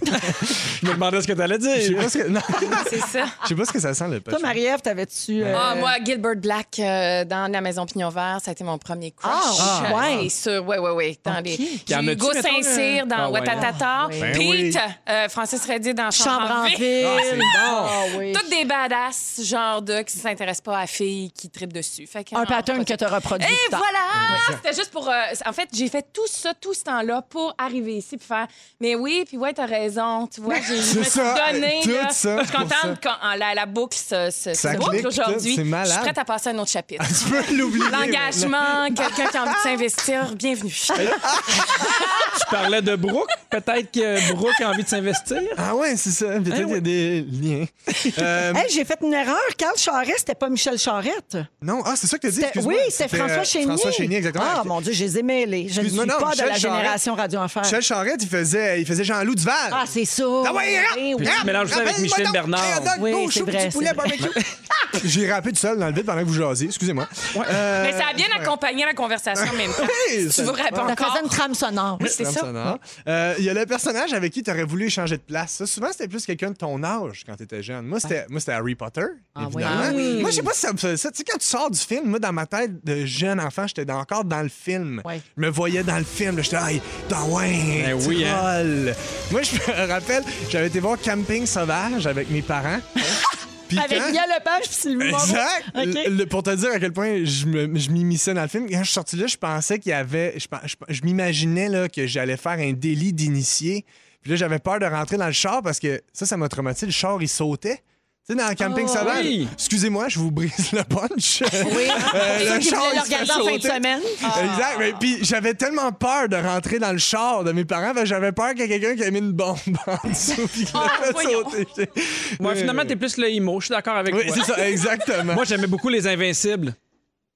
Je me demandais ce que t'allais
Je sais
dire.
pas ce que. non,
C'est ça.
Je sais pas ce que ça sent,
Toi,
le patchouli.
Marie-Ève, t'avais-tu. euh,
Ah, moi, Gilbert Black euh, dans La Maison Pignon Vert, ça a été mon premier crush.
Ah,
Euh,
ouais.
C'est sûr, ouais, ouais, ouais. Dans
Ok.
les...
Y en
J'ai
a-tu,
eu Hugo
mettons,
Saint-Cyr
euh,
dans
ah, ouais.
Ouattatata.
ouais.
Ben oui.
Pete, euh, Francis Reddy dans
Chambre en
ville.
Ah, c'est
ville.
bon.
Ah, oui.
Toutes des badass, genre de qui s'intéressent pas à filles qui tripent dessus. Fait que,
Un
non,
pattern
pas-
que t'as reproduit.
Et
plus tard.
voilà! C'était juste pour. euh, en fait, j'ai fait tout ça, tout ce temps-là pour arriver ici puis faire. Mais oui, puis ouais, t'as raison. Tu vois, j'ai je me
C'est ça,
suis donné.
tout
là.
ça
Je suis
pour ça.
contente quand la, la boucle se, se,
Ça
se
clique,
boucle aujourd'hui.
tout, c'est malade.
Je suis prête à passer à un autre chapitre.
Tu peux l'oublier.
L'engagement, quelqu'un qui a envie de s'investir, bienvenue.
Tu parlais de Brooke. Peut-être que Brooke a envie de s'investir.
Ah
Ah ouais, c'est ça. Peut-être qu'il y a des liens. Euh,
Hey, j'ai fait une erreur. Carl Charest, c'était pas Michel Charette.
Non, ah, c'est ça que tu as dit.
C'était-
excuse-moi.
Oui, c'était
euh,
François Chénier.
François Chénier, exactement.
Ah, mon Dieu, je les ai mêlés. Je ne suis
Excuse-moi, non,
pas
Michel
de la
Charette.
génération Radio Enfer.
Michel Charette, il faisait, il faisait Jean-Loup Duval.
Ah, c'est ça.
Ah ouais, rap,
Eh oui.
Puis tu mélanges ça avec
rappelle-moi
Michel
donc,
Bernard.
un hot dog,
Oui,
beau,
c'est
chou,
vrai,
petit poulet,
c'est vrai.
barbecue. J'ai rappé tout seul dans le vide pendant que vous jasiez, excusez-moi. Euh,
Mais ça a bien accompagné la conversation en même temps.
Oui,
Si tu veux répondre
Ça
encore.
faisait une trame sonore.
Oui, c'est
Femme
ça.
sonore. Euh, Il y a le personnage avec qui tu aurais voulu échanger de place. Ça, souvent, c'était plus quelqu'un de ton âge quand tu étais jeune. Moi, c'était moi, c'était Harry Potter, évidemment.
Ah oui.
Moi, je sais pas si ça me faisait ça. Tu sais, quand tu sors du film, moi, dans ma tête de jeune enfant, j'étais dans- encore dans le film.
Ouais.
Je me voyais dans le film. là, J'étais, ah, dans ouais,
Ben
tu
oui, hein.
colles. Moi, je me rappelle, j'avais été voir Camping Sauvage avec mes parents. Puis
Avec
quand-
Mia Lepage puis Sylvie Moreau.
Exact.
OK.
Le- le- pour te dire à quel point je me- je m'immisçais dans le film, quand je suis sorti là, je pensais qu'il y avait. Je, pe- je pe- je m'imaginais là, que j'allais faire un délit d'initié. Puis là, j'avais peur de rentrer dans le char parce que ça, ça m'a traumatisé. Le char, il sautait. Tu sais, dans le camping sauvage.
oui.
Excusez-moi, je vous brise le punch. Euh, Oui.
Ceux qui voulaient le
se fait
regarder en fin de
sauter.
semaine. Oh,
Exact. Mais puis j'avais tellement peur de rentrer dans le char de mes parents, parce que j'avais peur qu'il y ait quelqu'un qui ait mis une bombe en dessous puis qui l'a
Ah,
fait
voyons.
sauter.
Moi, finalement, t'es plus le emo. Je suis d'accord avec
Oui,
toi.
c'est ça, exactement.
Moi, j'aimais beaucoup les Invincibles.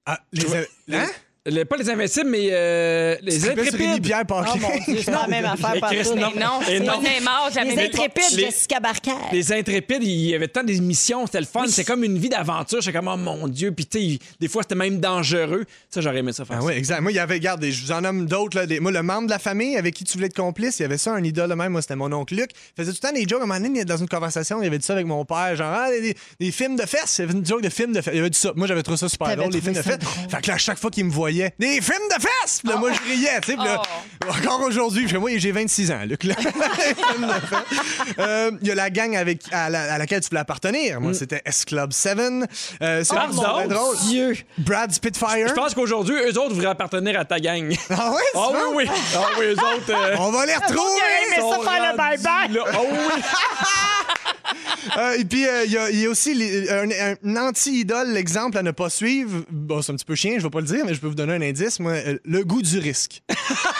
Ah, les- hein?
Le- pas les Invincibles, mais euh,
Tu
les
trippais sur Émilie
Intrépides.
Pierre Paquin.
Oh mon Dieu, c'est pas la même affaire par
Chris,
tout.
non.
Non,
Et
c'est pas
non.
Neymar, jamais
Les intrépides,
Les-
Jessica Barker.
Les intrépides, il y avait tant d'émissions, c'était le fun, c'est comme une vie d'aventure, c'est comme oh mon dieu, puis tu sais, des fois c'était même dangereux. Ça j'aurais aimé ça faire.
Ah
ça.
oui, exact. Moi, il y avait, regarde, je vous en nomme d'autres. là, des- Moi, le membre de la famille avec qui tu voulais être complice, il y avait ça, un idole de même. Moi, c'était mon oncle Luc. Il faisait tout le temps des jokes. À un moment donné, dans une conversation, il y avait dit ça avec mon père, genre, ah, des, des- des films de fesses. Il y avait une joke de films de fesses. Il y avait dit ça. Moi, j'avais trouvé ça super
T'avais
drôle, les films de
trouvé ça
fesses. Fait que là, à chaque fois qu'il me voyait, des films de fesses! Puis là, moi, je riais, tu sais. Puis là,
Oh.
encore aujourd'hui, je fais, moi, j'ai 26 ans, Luc. là. Les films de fesses. Euh, Il y a la gang avec, à, la- à laquelle tu voulais appartenir.
Mm.
Moi, c'était S-Club 7. Euh,
Ah,
c'est
Pardon?
vraiment drôle. Brad Spitfire.
Je pense qu'aujourd'hui, eux autres voudraient appartenir à ta gang.
Hein? Ah ouais,
Ah
tu vois?
oui, oui. Ah oui, eux autres. euh,
On va les retrouver!
sont rendus là. Ah oui.
Euh, et puis, euh, il y a- il y, a aussi les- un, un anti-idole, l'exemple à ne pas suivre. Bon, c'est un petit peu chien, je vais pas le dire, mais je peux vous donner un indice. Moi, euh, le goût du risque.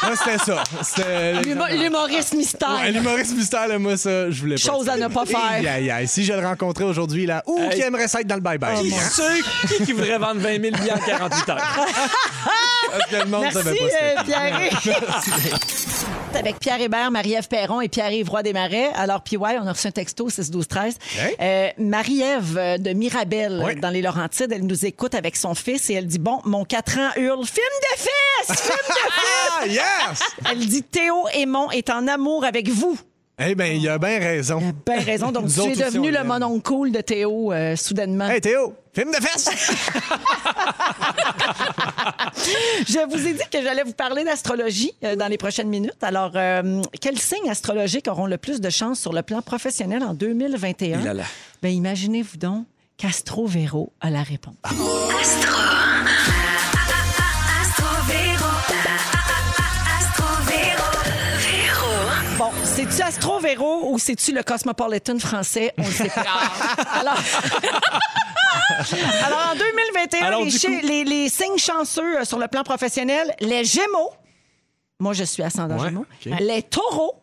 moi, c'était ça. C'était
L'humo- L'humoriste mystère.
Ouais, L'humoriste mystère, là, moi, ça, je voulais pas.
Chose à ne pas faire.
Aïe, aïe, aïe. Si je le rencontrais aujourd'hui, là, ou
Hey. Oh,
qui aimerait ça être dans le bye-bye.
Qui
Hein?
sait qui, qui voudrait vendre 20 000 billets en 48 heures? Ah,
Parce que le monde
Merci,
savait pas
ben,
c'était.
euh, Pierre. C'est Avec Pierre Hébert, Marie-Ève Perron et Pierre-Yves Roy Desmarais. Alors, PY, on a reçu un texto 6-12-13.
Hein?
Euh, Marie-Ève euh, de Mirabel,
Oui.
dans les Laurentides, elle nous écoute avec son fils et elle dit Bon, mon 4 ans hurle Film de fesses Film de fesses
Ah, yes!
Elle dit Théo Aymon est en amour avec vous.
Eh bien, il a bien raison.
Ben raison. Donc,
Nous
tu
autres
es
aussi,
devenu
on
le
l'aime.
mononcle cool de Théo euh, soudainement.
Hey, Théo, film de fesses!
Je vous ai dit que j'allais vous parler d'astrologie euh, dans les prochaines minutes. Alors, euh, quels signes astrologiques auront le plus de chance sur le plan professionnel en 2021?
Et là là.
Ben, imaginez-vous donc, Castro Véro a la réponse.
Ah.
Astro. Astro Véro. Astro Véro. Véro.
Bon, c'est-tu Astro Véro ou c'est-tu le Cosmopolitan français? On le sait pas.
Ah,
Alors... Alors, en 2021,
Alors,
les,
du
chi- les- les signes chanceux euh, sur le plan professionnel, les Gémeaux. Moi, je suis ascendant
Ouais,
Gémeaux.
ok.
Les Taureaux.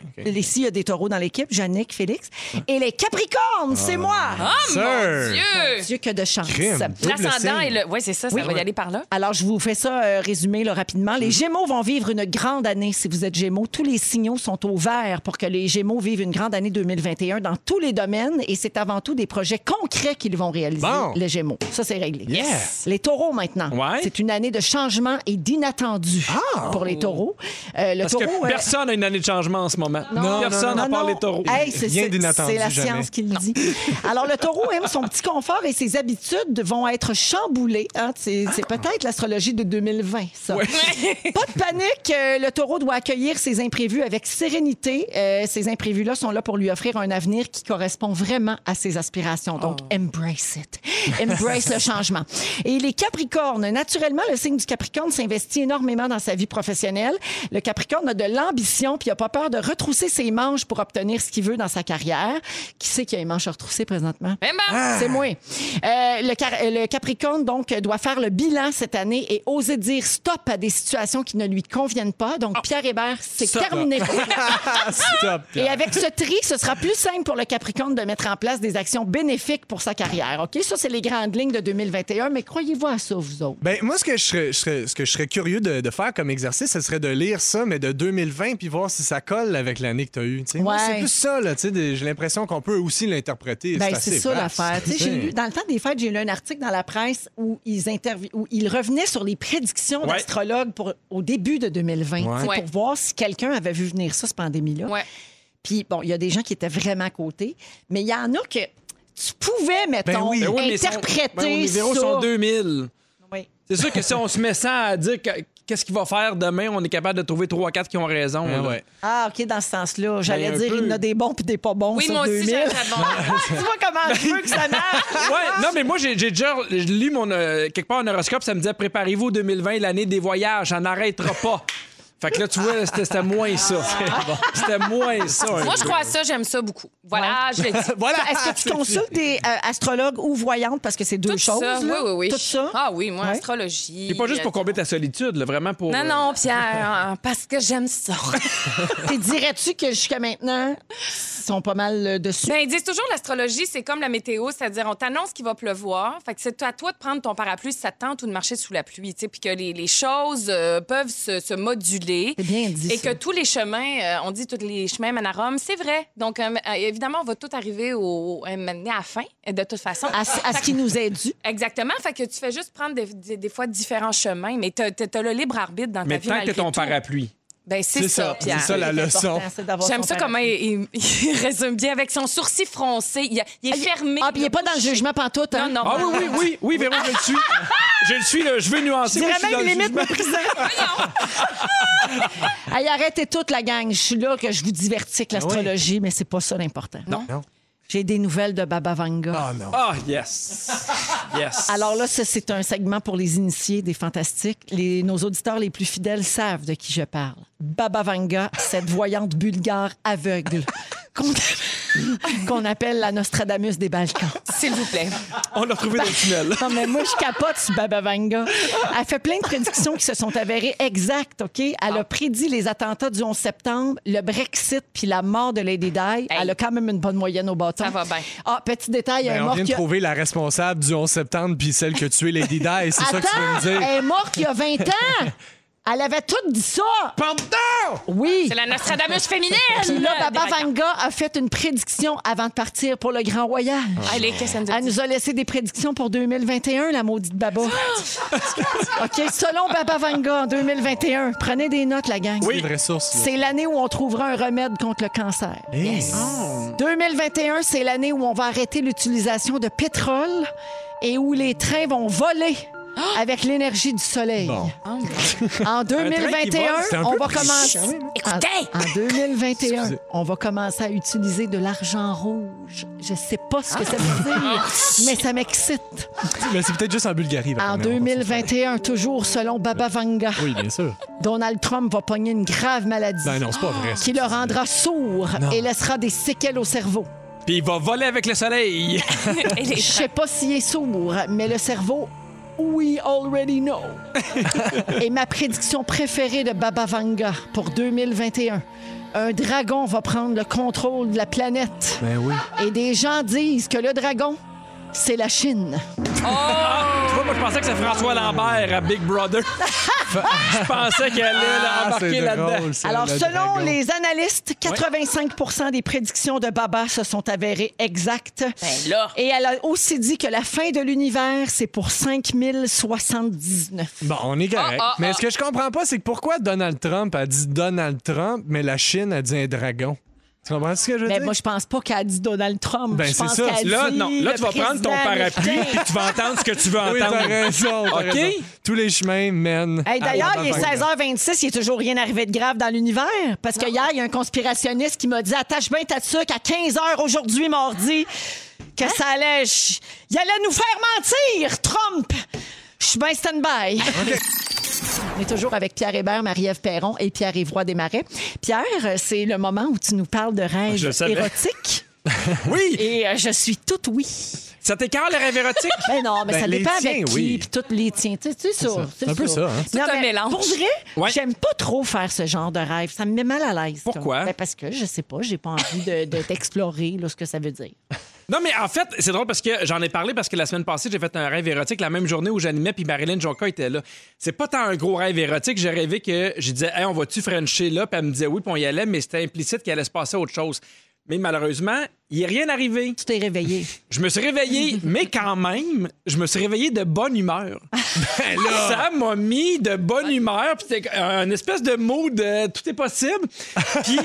Les- S'il y a des taureaux dans l'équipe, Yannick, Félix. Et les Capricornes,
Ah.
c'est moi!
Oh
Sir.
mon Dieu!
Dieu, que de chance.
Crime. Double
L'ascendant
signe.
et le. Oui, c'est ça, ça va y aller par là.
Alors, je vous fais ça euh, résumé là, rapidement.
Mm.
Les Gémeaux vont vivre une grande année si vous êtes Gémeaux. Tous les signaux sont au vert pour que les Gémeaux vivent une grande année 2021 dans tous les domaines et c'est avant tout des projets concrets qu'ils vont réaliser,
Bon.
les Gémeaux. Ça, c'est réglé.
Yes.
Les taureaux maintenant.
Ouais. Ah.
C'est une année de changement et d'inattendu pour les taureaux. Euh, le
Parce
taureau.
que
euh,
personne n'a une année de changement en ce moment.
non,
personne
non,
à part
non,
les taureaux.
non. Hey, c'est
Rien
c'est-
d'inattendu,
C'est la
jamais.
science qui le dit. Alors, le taureau aime son petit confort et ses habitudes vont être chamboulées. hein. C'est c'est
Ah.
peut-être l'astrologie de 2020, ça. Pas de panique. euh, le taureau doit accueillir ses imprévus avec sérénité. Euh, ces imprévus-là sont là pour lui offrir un avenir qui correspond vraiment à ses aspirations. Donc, embrace it. Embrace le changement. Et les Capricornes, naturellement, le signe du Capricorne s'investit énormément dans sa vie professionnelle. Le Capricorne a de l'ambition puis il n'a pas peur de de retrousser ses manches pour obtenir ce qu'il veut dans sa carrière. Qui c'est qui a les manches retroussées présentement?
Eh ben,
Ah.
C'est moi. Euh, le, car- euh, le Capricorne, donc, euh, doit faire le bilan cette année et oser dire stop à des situations qui ne lui conviennent pas. Donc, Pierre Hébert, c'est
Stop.
terminé. pour lui.
ah. Stop.
et avec ce tri, ce sera plus simple pour le Capricorne de mettre en place des actions bénéfiques pour sa carrière. OK? Ça, c'est les grandes lignes de 2021, mais croyez-vous à ça, vous autres?
Ben, moi, ce que je serais, je serais- ce que je serais curieux de, de faire comme exercice, ce serait de lire ça, mais de 2020, puis voir si ça colle avec l'année que tu as eue. tu sais. Moi,
Ouais.
C'est plus ça, là. tu sais, des- J'ai l'impression qu'on peut aussi l'interpréter.
Ben,
assez
c'est ça
vaste.
l'affaire. Tu sais, j'ai lu- dans le temps des fêtes, j'ai lu un article dans la presse où ils, intervi- où ils revenaient sur les prédictions
Ouais.
d'astrologues pour, au début de 2020 tu sais,
Ouais.
pour voir si quelqu'un avait vu venir ça, cette pandémie-là.
ouais.
Puis, bon, il y a des gens qui étaient vraiment à côté, mais il y en a que tu pouvais, mettons,
oui. Ben
oui, mais son-
interpréter
ben, les Véros
ça.
sont 2000.
Oui.
C'est sûr que si on se met ça à dire que- qu'est-ce qu'il va faire demain, on est capable de trouver 3-4 qui ont raison. là.
Ouais, ouais.
Ah, OK, dans ce sens-là. J'allais
Ben, un
dire,
peu.
il y en a des bons puis des pas bons
Oui,
sur
moi aussi,
2000.
j'ai un bon.
Ah,
tu vois
Ben
comment je veux que ça marche?
Ouais, non, mais moi, j'ai j'ai déjà lu mon, euh, quelque part un horoscope, ça me disait préparez-vous 2020, l'année des voyages, ça n'arrêtera pas. Fait que là, tu vois, c'était c'était moins ça. C'était moins ça. un
Moi, je
peu.
crois à ça, j'aime ça beaucoup. Voilà, je l'ai dit.
Voilà.
Est-ce que tu consultes des euh, astrologues ou voyantes parce que c'est deux
Tout
choses?
ça, oui,
là?
oui, oui.
Tout ça?
Ah oui, moi,
Ouais.
astrologie. euh,
C'est pas juste pour combler ta solitude, là, vraiment pour. euh,
Non, non, Pierre, hein, parce que j'aime ça.
Puis dirais-tu que jusqu'à maintenant, ils sont pas mal euh, dessus?
Ben, ils disent toujours l'astrologie, c'est comme la météo, c'est-à-dire on t'annonce qu'il va pleuvoir. Fait que c'est à toi de prendre ton parapluie si ça te tente ou de marcher sous la pluie, tu sais, puis que les, les choses euh, peuvent se, se moduler.
C'est bien dit,
Et
ça.
que tous les chemins, euh, on dit tous les chemins mènent à Rome, c'est vrai. Donc, euh, euh, évidemment, on va tout arriver au, un moment donné à la fin, de toute façon.
À, ce- à ce qui nous est dû.
Exactement. Fait que tu fais juste prendre des, des- des fois différents chemins, mais t'as t'as- t'as le libre arbitre dans
Mais
ta vie.
tant que
malgré
ton
tout.
parapluie.
Ben, c'est
C'est
ça,
ça, c'est
Pierre.
ça, la
C'est important,
leçon.
c'est d'avoir
J'aime
son
ça
parapluie.
comment il, il- il résume bien avec son sourcil froncé. Il, il est fermé.
Ah, puis il n'est pas dans le jugement pantoute. Hein?
Non, non.
Ah oui, oui, oui, oui, Véro, je le suis. Je le suis, là, je veux nuancer.
Je
Moi,
dirais
je suis
même
dans le
limite
jugement.
méprisant. Allez, arrêtez toute la gang. Je suis là que je vous divertis avec l'astrologie, mais c'est pas ça l'important.
Non.
Non.
J'ai des nouvelles de Baba Vanga.
Ah non.
Ah, yes. Yes.
Alors là, ça, c'est un segment pour les initiés des Fantastiques. Les- nos auditeurs les plus fidèles savent de qui je parle. Baba Vanga, cette voyante bulgare aveugle qu'on qu'on appelle la Nostradamus des Balkans.
S'il vous plaît.
on l'a retrouvé dans le tunnel.
Non, mais moi, je capote sur Baba Vanga. Elle fait plein de prédictions qui se sont avérées exactes, OK?
Ah.
Elle a prédit les attentats du 11 septembre, le Brexit, puis la mort de Lady Di. Elle a quand même une bonne moyenne au bâton.
Ça va bien.
Ah, petit détail, elle est
Ben, on
morte
vient de
il y a-
trouver la responsable du 11 septembre puis celle que tu es, Lady Di. C'est ça que tu veux me dire.
elle est morte il y a 20 ans. Elle avait tout dit ça.
Pardon!
Oui.
C'est la Nostradamus féminine.
Puis là,
Des
Baba
vacances.
Vanga a fait une prédiction avant de partir pour le Grand Royal.
Ah, les caisses, ça nous a
Elle
dit.
nous a laissé des prédictions pour 2021, la maudite Baba. OK, selon Baba Vanga, en 2021, prenez des notes, la gang.
C'est une vraie source. là.
C'est l'année où on trouvera un remède contre le cancer.
Yes.
2021, c'est l'année où on va arrêter l'utilisation de pétrole et où les trains vont voler avec l'énergie du soleil.
Bon.
En 2021,
vole,
c'est un
on
peu
va
plus
commencer. Ah,
Écoutez!
En, en 2021, on va commencer à utiliser de l'argent rouge. Je sais pas ce que ça veut dire, mais ça m'excite.
Mais c'est peut-être juste en Bulgarie. la
En
première fois.
2021, toujours selon Baba Vanga,
Oui, bien sûr.
Donald Trump va pogner une grave maladie
Ben non, c'est pas vrai. ça.
qui le rendra sourd et laissera des séquelles au cerveau.
Puis il va voler avec le soleil.
Et les-
Je sais pas s'il est sourd, mais le cerveau, we already know. Et ma prédiction préférée de Baba Vanga pour 2021, un dragon va prendre le contrôle de la planète.
Ben oui.
Et des gens disent que le dragon, c'est la Chine.
Tu vois, moi, je pensais que c'est François Lambert à Big Brother. je pensais qu'elle allait là,
Ah,
embarquer
c'est
là-dedans.
drôle, ça,
Alors,
le
selon
dragon.
les analystes, 85 des prédictions de Baba se sont avérées exactes.
Ben là.
Et elle a aussi dit que la fin de l'univers, c'est pour 5079.
Bon, on est correct.
Ah, ah,
mais ce que je comprends pas, c'est que pourquoi Donald Trump a dit Donald Trump, mais la Chine a dit un dragon. Tu comprends ce que je veux
Mais
dire?
Ben, moi, je pense pas qu'elle a dit Donald Trump.
Ben,
je
c'est
pense
ça.
qu'elle a
Là,
dit
non, là,
le
tu vas prendre ton
président
parapluie Ah
américain.
puis tu vas entendre ce que tu veux
Ah oui, t'as
entendre.
raison. t'as
OK?
raison. Tous les chemins mènent.
Hey,
à
D'ailleurs, il est
Ouattara.
16h26, il est toujours rien arrivé de grave dans l'univers. Parce que hier, il y a un conspirationniste qui m'a dit attache bien ta sucre à 15h aujourd'hui, mardi, que
Hein?
ça allait. ch-
Ah,
Il allait nous faire mentir, Trump! Je suis bien stand-by. On est toujours avec Pierre Hébert, Marie-Ève Perron et Pierre-Yves Roy Desmarais. Pierre, euh, c'est le moment où tu nous parles de
Je le
rêves
savais.
érotiques.
Oui!
Et euh, je suis toute oui.
Ça t'écarte le rêve érotique?
Ben non, mais
Ben,
ça
les
dépend
tiens,
avec qui,
oui.
puis toutes les tiens. Tu sais, tu sais ça.
C'est un peu ça, hein.
Non,
Tout un
mais
mélange.
Pour vrai,
Ouais.
j'aime pas trop faire ce genre de rêve. Ça me met mal à l'aise. ça.
Pourquoi?
Ben parce que, je sais pas, j'ai pas envie de, de t'explorer là, ce que ça veut dire.
Non, mais en fait, c'est drôle parce que j'en ai parlé parce que la semaine passée, j'ai fait un rêve érotique la même journée où j'animais, puis Marilyn Jonca était là. C'est pas tant un gros rêve érotique. J'ai rêvé que je disais, hey, on va-tu Frencher là? Puis elle me disait oui, puis on y allait, mais c'était implicite qu'il allait se passer autre chose. Mais malheureusement, il n'est rien arrivé.
Tu t'es réveillé.
Je me suis réveillé, mais quand même, je me suis réveillé de bonne humeur.
Ben
Ça m'a mis de bonne humeur, puis c'était un espèce de mood de tout est possible. Puis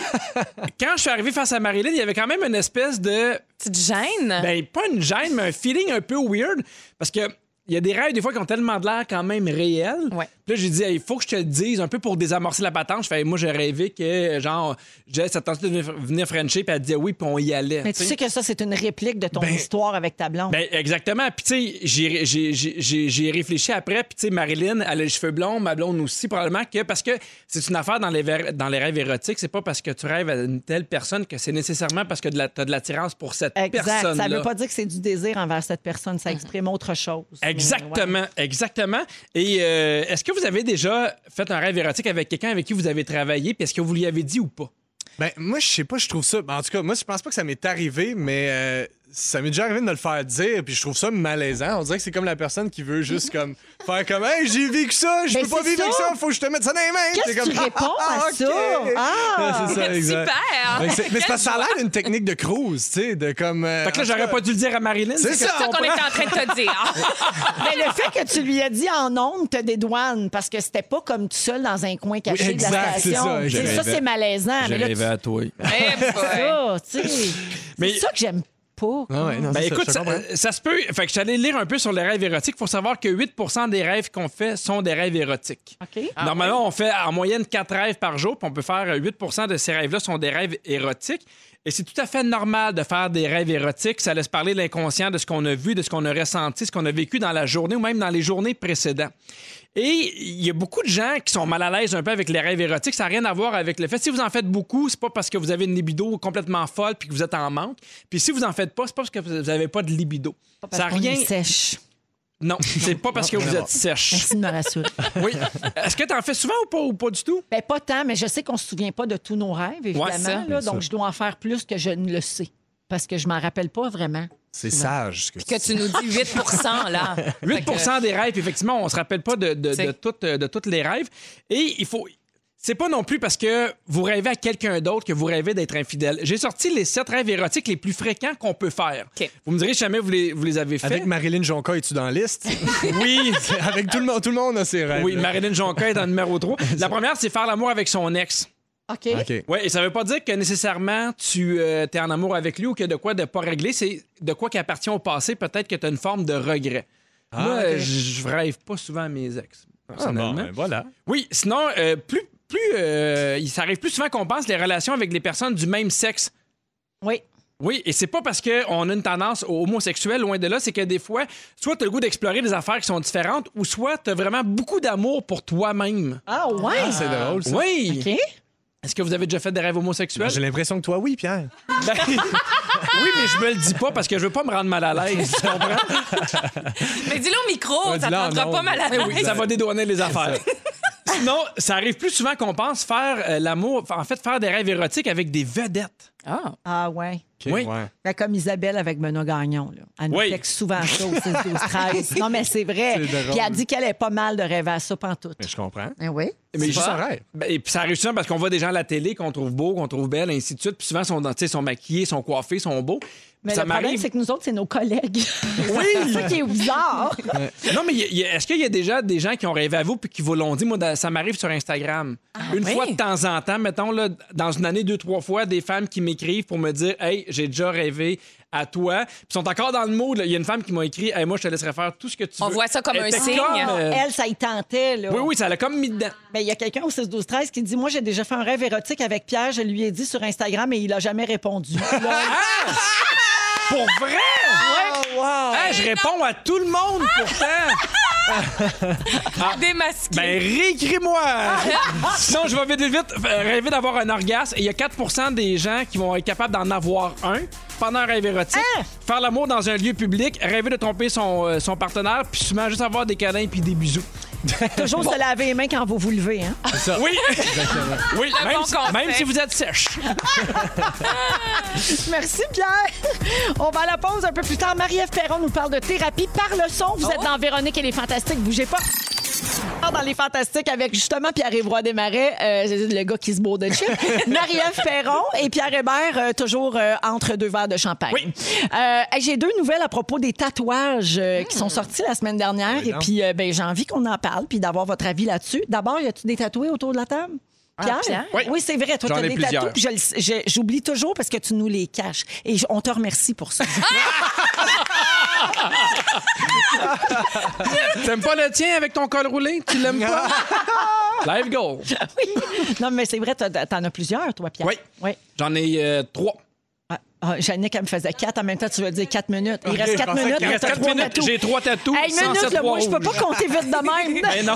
quand je suis arrivé face à Marilyn, il y avait quand même une espèce de
Petite gêne.
ben, pas une gêne, mais un feeling un peu weird. Parce que. Il y a des rêves, des fois, qui ont tellement de l'air quand même réel.
Ouais.
Puis là, j'ai dit, il faut que je te le dise un peu pour désamorcer la patente. Je fais, moi, j'ai rêvé que, genre, Jess a tenté de venir- venir Frencher, puis elle disait oui, puis on y allait.
Mais
tu
tu
sais.
sais que ça, c'est une réplique de ton
Ben,
histoire avec ta blonde.
Ben, exactement. Puis, tu sais, j'ai- j'ai- j'ai- j'ai j'ai réfléchi après. Puis, tu sais, Marilyn, elle a les cheveux blonds, ma blonde aussi, probablement que. Parce que c'est une affaire dans les, ver- dans les rêves érotiques. C'est pas parce que tu rêves à une telle personne que c'est nécessairement parce que tu as de l'attirance pour cette
exact.
personne-là.
Ça veut pas dire que c'est du désir envers cette personne.
Mm-hmm.
Ça exprime autre chose. Mais, ouais.
Exactement, exactement. Et euh, est-ce que vous avez déjà fait un rêve érotique avec quelqu'un avec qui vous avez travaillé, puis est-ce que vous lui avez dit ou pas?
Ben, moi, je sais pas, je trouve ça. ben, En tout cas, moi, je pense pas que ça m'est arrivé, mais euh, ça m'est déjà arrivé de me le faire dire, puis je trouve ça malaisant. On dirait que c'est comme la personne qui veut juste comme faire comme Hey, j'ai vécu ça, je
Ben,
peux pas
c'est
vivre avec
ça.
ça, faut que je te mette ça dans les mains.
Qu'est-ce
C'est comme,
que tu réponds à
ok.
ça? Ah!
Ouais, c'est ça, exact.
Super!
Ben, c'est- mais c'est parce que ça a l'air d'une technique de cruise, tu sais, de comme. euh,
Fait que là,
en
j'aurais
tout
pas dû le dire à Marilyn.
C'est
tu sais,
ça.
C'est ça qu'on est en train de te dire.
Mais le fait que tu lui as dit en ondes, te dédouane, parce que c'était pas comme tout seul dans un coin caché
Oui,
de la
exact, c'est
station.
ça,
Tu sais,
je
ça,
rêvais.
c'est malaisant.
J'ai
Ah, Mais là,
rêvé à toi.
Eh
tu-
boy.
ça, tu sais.
Mais-
C'est ça que j'aime pas.
cas- Ah ouais, non,
Ben
c'est ça,
écoute,
je
ça,
comprends.
ça se peut. Fait que je suis allé lire un peu sur les rêves érotiques. Faut savoir que 8 des rêves qu'on fait sont des rêves érotiques.
OK.
Ah.
Normalement, on fait en moyenne 4 rêves par jour, puis on peut faire euh, 8 de ces rêves-là sont des rêves érotiques. Et c'est tout à fait normal de faire des rêves érotiques. Ça laisse parler l'inconscient de ce qu'on a vu, de ce qu'on a ressenti, ce qu'on a vécu dans la journée ou même dans les journées précédentes. Et il y a beaucoup de gens qui sont mal à l'aise un peu avec les rêves érotiques. Ça n'a rien à voir avec le fait. Si vous en faites beaucoup, c'est pas parce que vous avez une libido complètement folle puis que vous êtes en manque. Puis si vous en faites pas, c'est pas parce que vous n'avez pas de libido. Ça a
Parce qu'on
rien.
est sèche.
Non, c'est pas parce que vous êtes sèche.
Merci de me rassurer.
Oui. Est-ce que tu en fais souvent ou pas ou pas du tout?
Ben, pas tant, mais je sais qu'on se souvient pas de tous nos rêves, évidemment.
ça,
là, donc, je dois en faire plus que je ne le sais. Parce que je m'en rappelle pas vraiment.
C'est sage. ce que tu
Que tu nous dis 8 là.
8 des rêves, effectivement, on se rappelle pas de, de,
euh, C'est-
de toutes, euh, de toutes les rêves. Et il faut. C'est pas non plus parce que vous rêvez à quelqu'un d'autre que vous rêvez d'être infidèle. J'ai sorti les sept rêves érotiques les plus fréquents qu'on peut faire.
OK.
Vous me direz jamais vous les, vous les avez
dis. Avec
faits.
Marilyn Jonca, es-tu dans la liste?
Oui.
Avec tout le monde, tout le monde a ses rêves.
Oui,
là.
Marilyn Jonca est en numéro 3. La première, c'est faire l'amour avec son ex.
OK.
OK.
Oui, et ça veut pas dire que nécessairement tu es en amour avec lui ou qu'il y a de quoi de pas régler. C'est de quoi qui appartient au passé. Peut-être que tu as une forme de regret. Moi,
Ah, OK.
je je rêve pas souvent à mes ex,
Ah,
personnellement.
bon, ben, voilà.
Oui, sinon, euh, plus, plus, euh, il- ça arrive plus souvent qu'on pense les relations avec les personnes du même sexe.
Oui.
Oui, et c'est pas parce qu'on a une tendance au homosexuel, loin de là, c'est que des fois, soit t'as le goût d'explorer des affaires qui sont différentes, ou soit t'as vraiment beaucoup d'amour pour toi-même.
Ah, ouais.
C'est drôle, ça.
Oui!
OK.
Est-ce que vous avez déjà fait des rêves homosexuels?
J'ai l'impression que toi, oui, Pierre.
Ben, oui, mais je me le dis pas parce que je veux pas me rendre mal à l'aise, tu comprends?
Mais dis-le au micro,
Ouais,
ça
dis-le en
ne rendra pas
ondes.
mal à
Eh oui,
l'aise.
ça va dédouaner les affaires. Sinon, ça arrive plus souvent qu'on pense faire euh, l'amour, en fait, faire des rêves érotiques avec des vedettes.
Ah.
Ah, ouais.
OK,
Oui.
ouais.
Là, comme Isabelle avec Benoît Gagnon. Là. Elle nous
Oui.
texte souvent ça au 6 12 13 Non, mais c'est vrai.
C'est drôle.
Puis elle dit qu'elle est pas mal de rêver à ça pantoute.
Mais je comprends.
Eh oui.
Mais
C'est juste
pas-
un rêve.
Ben, Et puis ça arrive souvent parce qu'on voit des gens à la télé qu'on trouve beaux, qu'on trouve belles, ainsi de suite. Puis souvent, sont, dans- tu sais, sont maquillés, sont coiffés, sont beaux.
Mais
ça
le problème, c'est que nous autres, c'est nos collègues. Oui! c'est ça qui est bizarre.
Non, mais y a- y a- est-ce qu'il y a déjà des gens qui ont rêvé à vous puis qui vous l'ont dit? Moi, dans- ça m'arrive sur Instagram. une
oui?
fois de temps en temps, mettons, là, dans une année, deux, trois fois, des femmes qui m'écrivent pour me dire Hey, j'ai déjà rêvé à toi. Puis sont encore dans le mood. là. Il y a une femme qui m'a écrit Hey, moi, je te laisserai faire tout ce que tu
On
veux.
voit ça comme
Elle
un
était
signe.
euh,
Ah, Elle, ça y tentait. Là.
Oui, oui, ça l'a comme mis dedans.
Mais il y a quelqu'un au 6 12 13 qui dit Moi, j'ai déjà fait un rêve érotique avec Pierre. Je lui ai dit sur Instagram et il a jamais répondu. Là,
Pour vrai!
ouais.
Hey, je réponds à tout le monde pourtant!
Démasqué.
Ben, réécris-moi! Sinon, je vais vite, vite, vite euh, rêver d'avoir un orgasme. Et il y a 4 des gens qui vont être capables d'en avoir un pendant un rêve érotique.
Hein?
Faire l'amour dans un lieu public, rêver de tromper son, euh, son partenaire, puis souvent juste avoir des câlins puis des bisous.
Toujours se laver les mains quand vous vous levez. Hein?
Oui! oui,
Un
même,
bon
si,
conseil.
même si vous êtes sèche.
Merci, Pierre. On va à la pause un peu plus tard. Marie-Ève Perron nous parle de thérapie par le son. Vous êtes dans Véronique et les Fantastiques. Bougez pas. Dans les Fantastiques avec justement Pierre-Évroy Desmarais, euh, le gars qui se bourre de chips, Marie-Ève Perron et Pierre Hébert, euh, toujours euh, entre deux verres de champagne.
Oui.
Euh, hey, J'ai deux nouvelles à propos des tatouages euh, qui sont sortis la semaine dernière. Et
donc.
puis, euh, ben, j'ai envie qu'on en parle puis d'avoir votre avis là-dessus. D'abord, y a-tu des tatoués autour de la table? Pierre?
Pierre?
Oui, c'est vrai. Toi,
J'en
t'as
ai
des
plusieurs.
tatous, puis je le sais- je- J'oublie toujours parce que tu nous les caches. Et j- on te remercie pour ça.
T'aimes pas le tien avec ton col roulé? Tu l'aimes pas?
Ah,
Live goal.
non, mais c'est vrai, t'as- t'en as plusieurs, toi, Pierre.
Oui.
Oui.
J'en ai euh, trois.
Ah, ah, Jannick, elle me faisait quatre. En même temps, tu veux dire quatre minutes. Il reste
je
quatre
pensais
minutes.
qu'il
mais
reste
t'as
quatre
trois
minutes.
tatous.
J'ai trois tatous,
Hey,
sans
minute,
sept,
là,
trois
moi, je peux
rouges.
pas compter vite de même.
Ben non.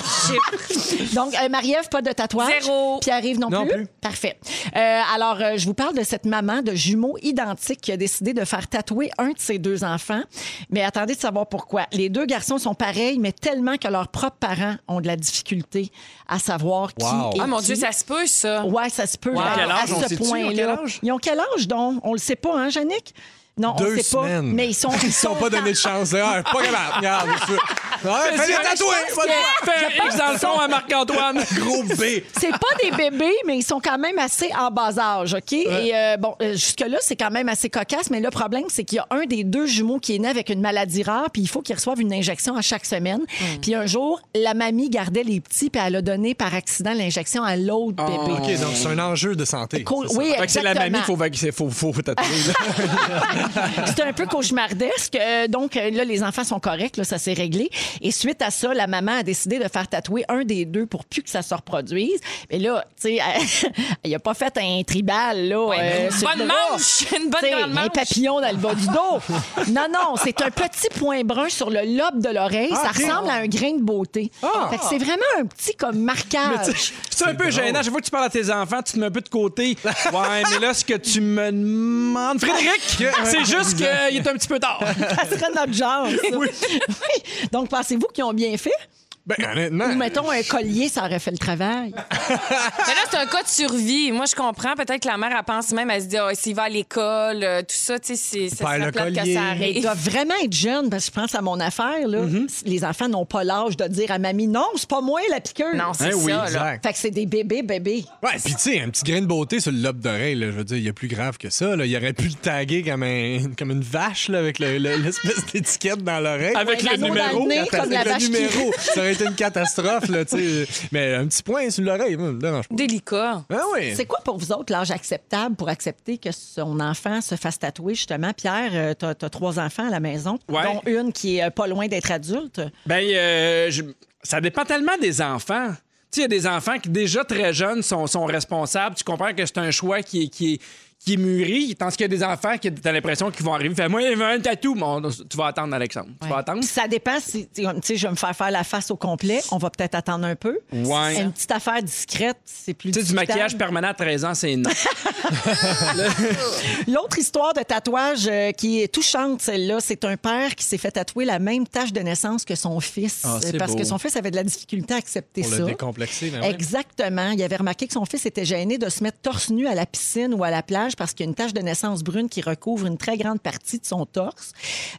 Donc, euh, Marie-Ève, pas de tatouage.
Zéro.
Pierre-Yves non,
Non
plus.
plus.
Parfait. Euh, alors, euh, je vous parle de cette maman de jumeaux identiques qui a décidé de faire tatouer un de ses deux enfants. Mais attendez de savoir pourquoi. Les deux garçons sont pareils, mais tellement que leurs propres parents ont de la difficulté à savoir qui
Wow.
est
Ah, mon
qui.
Dieu, ça se peut, ça.
Ouais, ça se peut.
Ils ont
à-
quel âge,
à
on
ce
sait-tu? Ils ont quel
point-là.
âge?
Ils ont quel âge, donc? On le sait pas, hein, Yannick? Non, on
Deux
le sait
semaines.
pas. Mais ils sont.
Ils se sont pas donné de chance. là. Ah, pas capable. Regarde. monsieur. Ouais, fais les tatouer.
Fais un X dans le son à Marc-Antoine.
Gros B.
C'est pas des bébés, mais ils sont quand même assez en bas âge, OK? Et euh, bon, euh, jusque-là, c'est quand même assez cocasse, mais le problème, c'est qu'il y a un des deux jumeaux qui est né avec une maladie rare, puis il faut qu'il reçoive une injection à chaque semaine. Puis un jour, la mamie gardait les petits, puis elle a donné par accident l'injection à l'autre
Ah,
bébé.
OK, donc c'est un enjeu de santé.
Co-
c'est
Oh.
ça.
oui,
Fait que c'est la mamie, faut, vac- faut, faut tatouer. là.
C'est un peu cauchemardesque. Euh, donc, euh, là, les enfants sont corrects. Là, ça s'est réglé. Et suite à ça, la maman a décidé de faire tatouer un des deux pour plus que ça se reproduise. Mais là, tu sais, elle- elle a pas fait un tribal, là. euh,
une
sur
bonne
le bras.
manche, une bonne
Tu sais,
grande manche.
Un papillon dans le bas du dos. non, non, c'est un petit point brun sur le lobe de l'oreille. ça
Ah, ok.
ressemble à un grain de beauté.
Ah.
Fait que c'est vraiment un petit comme marquage.
C'est un peu gênant. Chaque fois que tu parles à tes enfants, tu te mets un peu de côté. Ouais, mais là, ce que tu me demandes, Frédéric, c'est juste qu'il est un petit peu tard.
ça serait notre genre. ça. Oui. Donc, pensez-vous qu'ils ont bien fait?
Ben, honnêtement.
Ou mettons un collier, ça aurait fait le travail.
Mais là, c'est un cas de survie. Moi, je comprends. Peut-être que la mère, elle pense même, elle se dit, Ah, s'il va à l'école, euh, tout ça, tu sais, c'est- ça
perd
serait
le
plate que
collier.
ça
Mais ils
arrive.
doivent vraiment être jeunes, parce que je pense à mon affaire. Là.
Mm-hmm.
Les enfants n'ont pas l'âge de dire à mamie non, c'est pas moi la piqueuse.
Non, c'est
Hein, oui,
ça, là.
Exact.
Fait que c'est des bébés, bébés.
Ouais, puis tu sais, un petit grain de beauté sur le lobe d'oreille, là, je veux dire, il y a plus grave que ça. Là. Il aurait pu le taguer comme, un- comme une vache là, avec le- le- l'espèce d'étiquette dans l'oreille.
Avec
Ouais,
le
l'anneau dans
numéro.
le nez,
Avec
comme la
le
vache qui-
numéro. Ça aurait été une catastrophe, là, tu sais. Mais un petit point sur l'oreille, moi, me dérange pas.
Délicat.
Ah oui.
C'est quoi pour vous autres l'âge acceptable pour accepter que son enfant se fasse tatouer, justement? Pierre, euh, t'as as trois enfants à la maison,
Ouais.
dont une qui est euh, pas loin d'être adulte.
Ben, euh, je- ça dépend tellement des enfants. Tu sais, il y a des enfants qui, déjà très jeunes, sont, sont responsables. Tu comprends que c'est un choix qui est, qui est, qui est mûri, tandis qu'il y a des enfants qui t'as l'impression qu'ils vont arriver. Fais, moi, il veut un tatou. Bon, tu vas attendre, Alexandre. Tu vas attendre.
Puis ça dépend si, tu sais, comme, tu sais, je vais me faire faire la face au complet. On va peut-être attendre un peu.
Ouais.
Une petite affaire discrète, c'est plus
Tu sais, du
discutable.
maquillage permanent à 13 ans, c'est non.
L'autre histoire de tatouage euh, qui est touchante, celle-là, c'est un père qui s'est fait tatouer la même tâche de naissance que son fils.
Ah, c'est
euh, parce
beau.
que son fils avait de la difficulté à accepter
Pour
ça.
le décomplexer,
Ah
ben ouais.
Exactement. Il avait remarqué que son fils était gêné de se mettre torse nu à la piscine ou à la plage parce qu'il y a une tache de naissance brune qui recouvre une très grande partie de son torse.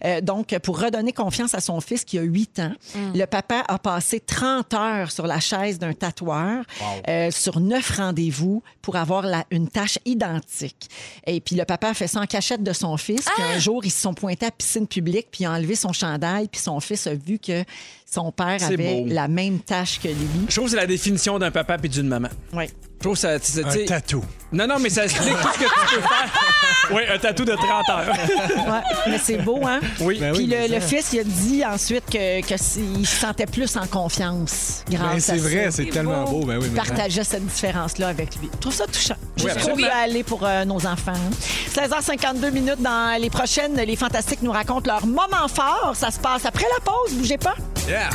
Euh, donc, pour redonner confiance à son fils qui a 8 ans,
Hmm.
le papa a passé 30 heures sur la chaise d'un tatoueur euh, sur neuf rendez-vous pour avoir la- une tâche identique. Et puis, le papa a fait ça en cachette de son fils. Puis
Ah!
un jour, ils se sont pointés à la piscine publique puis il a enlevé son chandail. Puis son fils a vu que son père
C'est
avait
beau.
la même tâche que lui.
Je trouve que c'est la définition d'un papa et d'une maman.
Ouais.
Je trouve que ça. tu sais, tu
Un
sais-
tatou.
non, non, mais ça explique tout ce que tu peux faire. Oui, un tatou de 30 heures.
Ouais, mais c'est beau, hein?
Oui.
Ben
Puis
oui, mais
le, le
ça.
fils, il a dit ensuite que, que s- il se sentait plus en confiance grâce
Ben,
à
c'est vrai,
ça.
c'est tellement
beau.
beau. Ben oui,
Il
mais-
partageait cette différence-là avec lui. Je trouve ça touchant. Jusqu'où on
absolument.
peut aller pour euh, nos enfants. hein? 16h52 minutes dans les prochaines, les Fantastiques nous racontent leur moment fort. Ça se passe après la pause, bougez pas.
Yeah.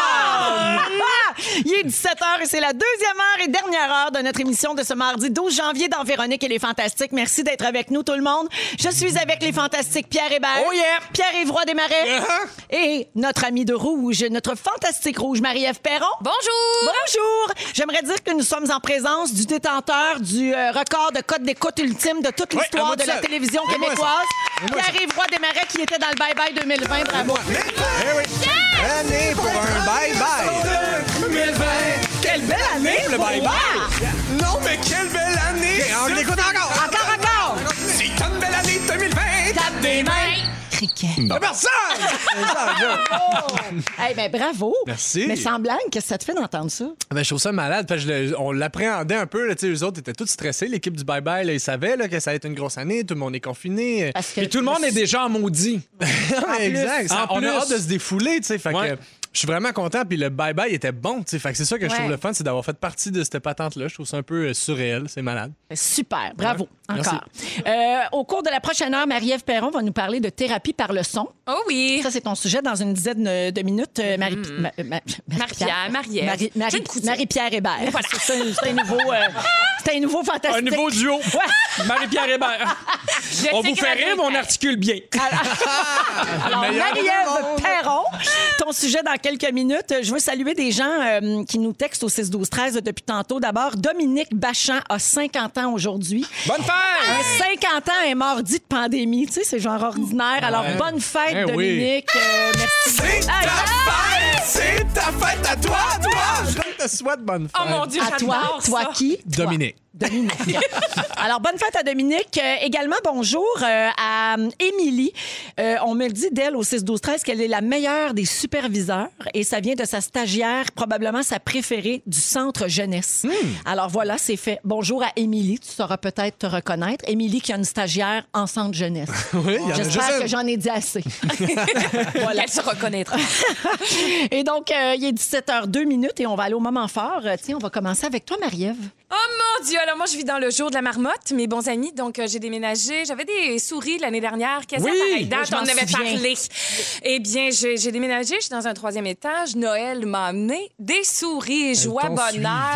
Ah! Il est 17h et c'est la deuxième heure et dernière heure de notre émission de ce mardi 12 janvier dans Véronique et les Fantastiques. Merci d'être avec nous, tout le monde. Je suis avec les Fantastiques Pierre Hébert,
Oh yeah!
Pierre Évroy Desmarais
Uh-huh.
et notre ami de rouge, notre Fantastique Rouge, Marie-Ève Perron.
Bonjour!
Bonjour! J'aimerais dire que nous sommes en présence du détenteur du euh, record de code d'écoute ultime de toute
Ouais, à
l'histoire
moi
de
tout
la
seul.
télévision
Et moi ça.
québécoise.
Et moi ça.
Pierre Évroy Desmarais qui était dans le Bye Bye 2020. Bravo!
Eh oui. Belle année pour un bye-bye.
2020, quelle belle année le bye-bye! Non, mais quelle belle année!
Et on
ce-
l'écoute encore.
Encore, encore!
C'est une belle année 2020!
Tape des mains! Criquet.
Personne!
Eh bien, bravo!
Merci.
Mais sans blague, qu'est-ce que ça te fait d'entendre ça?
Ben, je trouve ça malade. Parce que je le- on l'appréhendait un peu. Là, tu sais, eux autres étaient tous stressés. L'équipe du Bye Bye, là, ils savaient là, que ça allait être une grosse année. Tout le monde est confiné.
Parce que
Puis tout le monde est déjà en maudit.
Ah, exact. Ça-
En
on
plus.
a hâte de se défouler. tu sais, Fait que,
Ouais.
euh, je suis vraiment content. Puis le Bye Bye était bon. tu sais. Fait que c'est ça que je
Ouais.
trouve le fun, c'est d'avoir fait partie de cette patente-là. Je trouve ça un peu euh, surréel. C'est malade.
Super, bravo,
Merci.
encore. Euh, au cours de la prochaine heure, Marie-Ève Perron va nous parler de thérapie par le son.
Oh oui!
Ça, c'est ton sujet dans une dizaine de minutes. Euh, Marie, Ma- Ma- Ma-
Hmm. Marie-Pierre, Marie-Ève.
Marie-
J'ai
Marie-
une couture.
Marie-Pierre Hébert. C'est un, c'est un nouveau, euh, c'est un nouveau fantastique.
Un nouveau duo.
Ouais.
Marie-Pierre Hébert.
Je
On
sais
vous
que Ah,
fait
Marie-
rire, mais on articule bien.
Alors,
meilleur au
Marie-Ève
monde.
Perron, ton sujet dans quelques minutes. Je veux saluer des gens euh, qui nous textent au 6-12-13 depuis tantôt. D'abord, Dominique Bachand a 50 ans aujourd'hui.
Bonne fête!
Un 50 ans est mordi de pandémie. Tu sais, c'est genre ordinaire. Alors,
Ouais.
bonne fête,
Eh oui.
Dominique. Euh, merci.
C'est ta
Hey,
fête! C'est ta fête à toi, toi!
Je te souhaite bonne fête.
Oh mon Dieu,
À toi,
j'adore
toi
ça.
qui? Toi.
Dominique.
Dominique. Alors, bonne fête à Dominique. Euh, également, bonjour euh, à euh, Émilie. Euh, on me dit d'elle au 6-12-13 qu'elle est la meilleure des superviseurs et ça vient de sa stagiaire, probablement sa préférée du centre jeunesse.
Hmm.
Alors voilà, c'est fait. Bonjour à Émilie. Tu sauras peut-être te reconnaître. Émilie qui a une stagiaire en centre jeunesse.
Oui, il y en a juste
J'espère
une.
que j'en ai dit assez.
Elle se reconnaîtra.
Et donc, euh, il est 17h02 minutes et on va aller au moment fort. Euh, tiens, on va commencer avec toi, Marie-Ève.
Oh mon Dieu! Alors, moi, je vis dans le jour de la marmotte, mes bons amis. Donc, euh, j'ai déménagé. J'avais des souris l'année dernière. Qu'est-ce
Oui,
que pareille date?
je m'en
On en avait
souviens.
parlé. Eh bien, j'ai j'ai déménagé. Je suis dans un troisième étage. Noël m'a amené des souris. Joie,
t'ont
bonheur,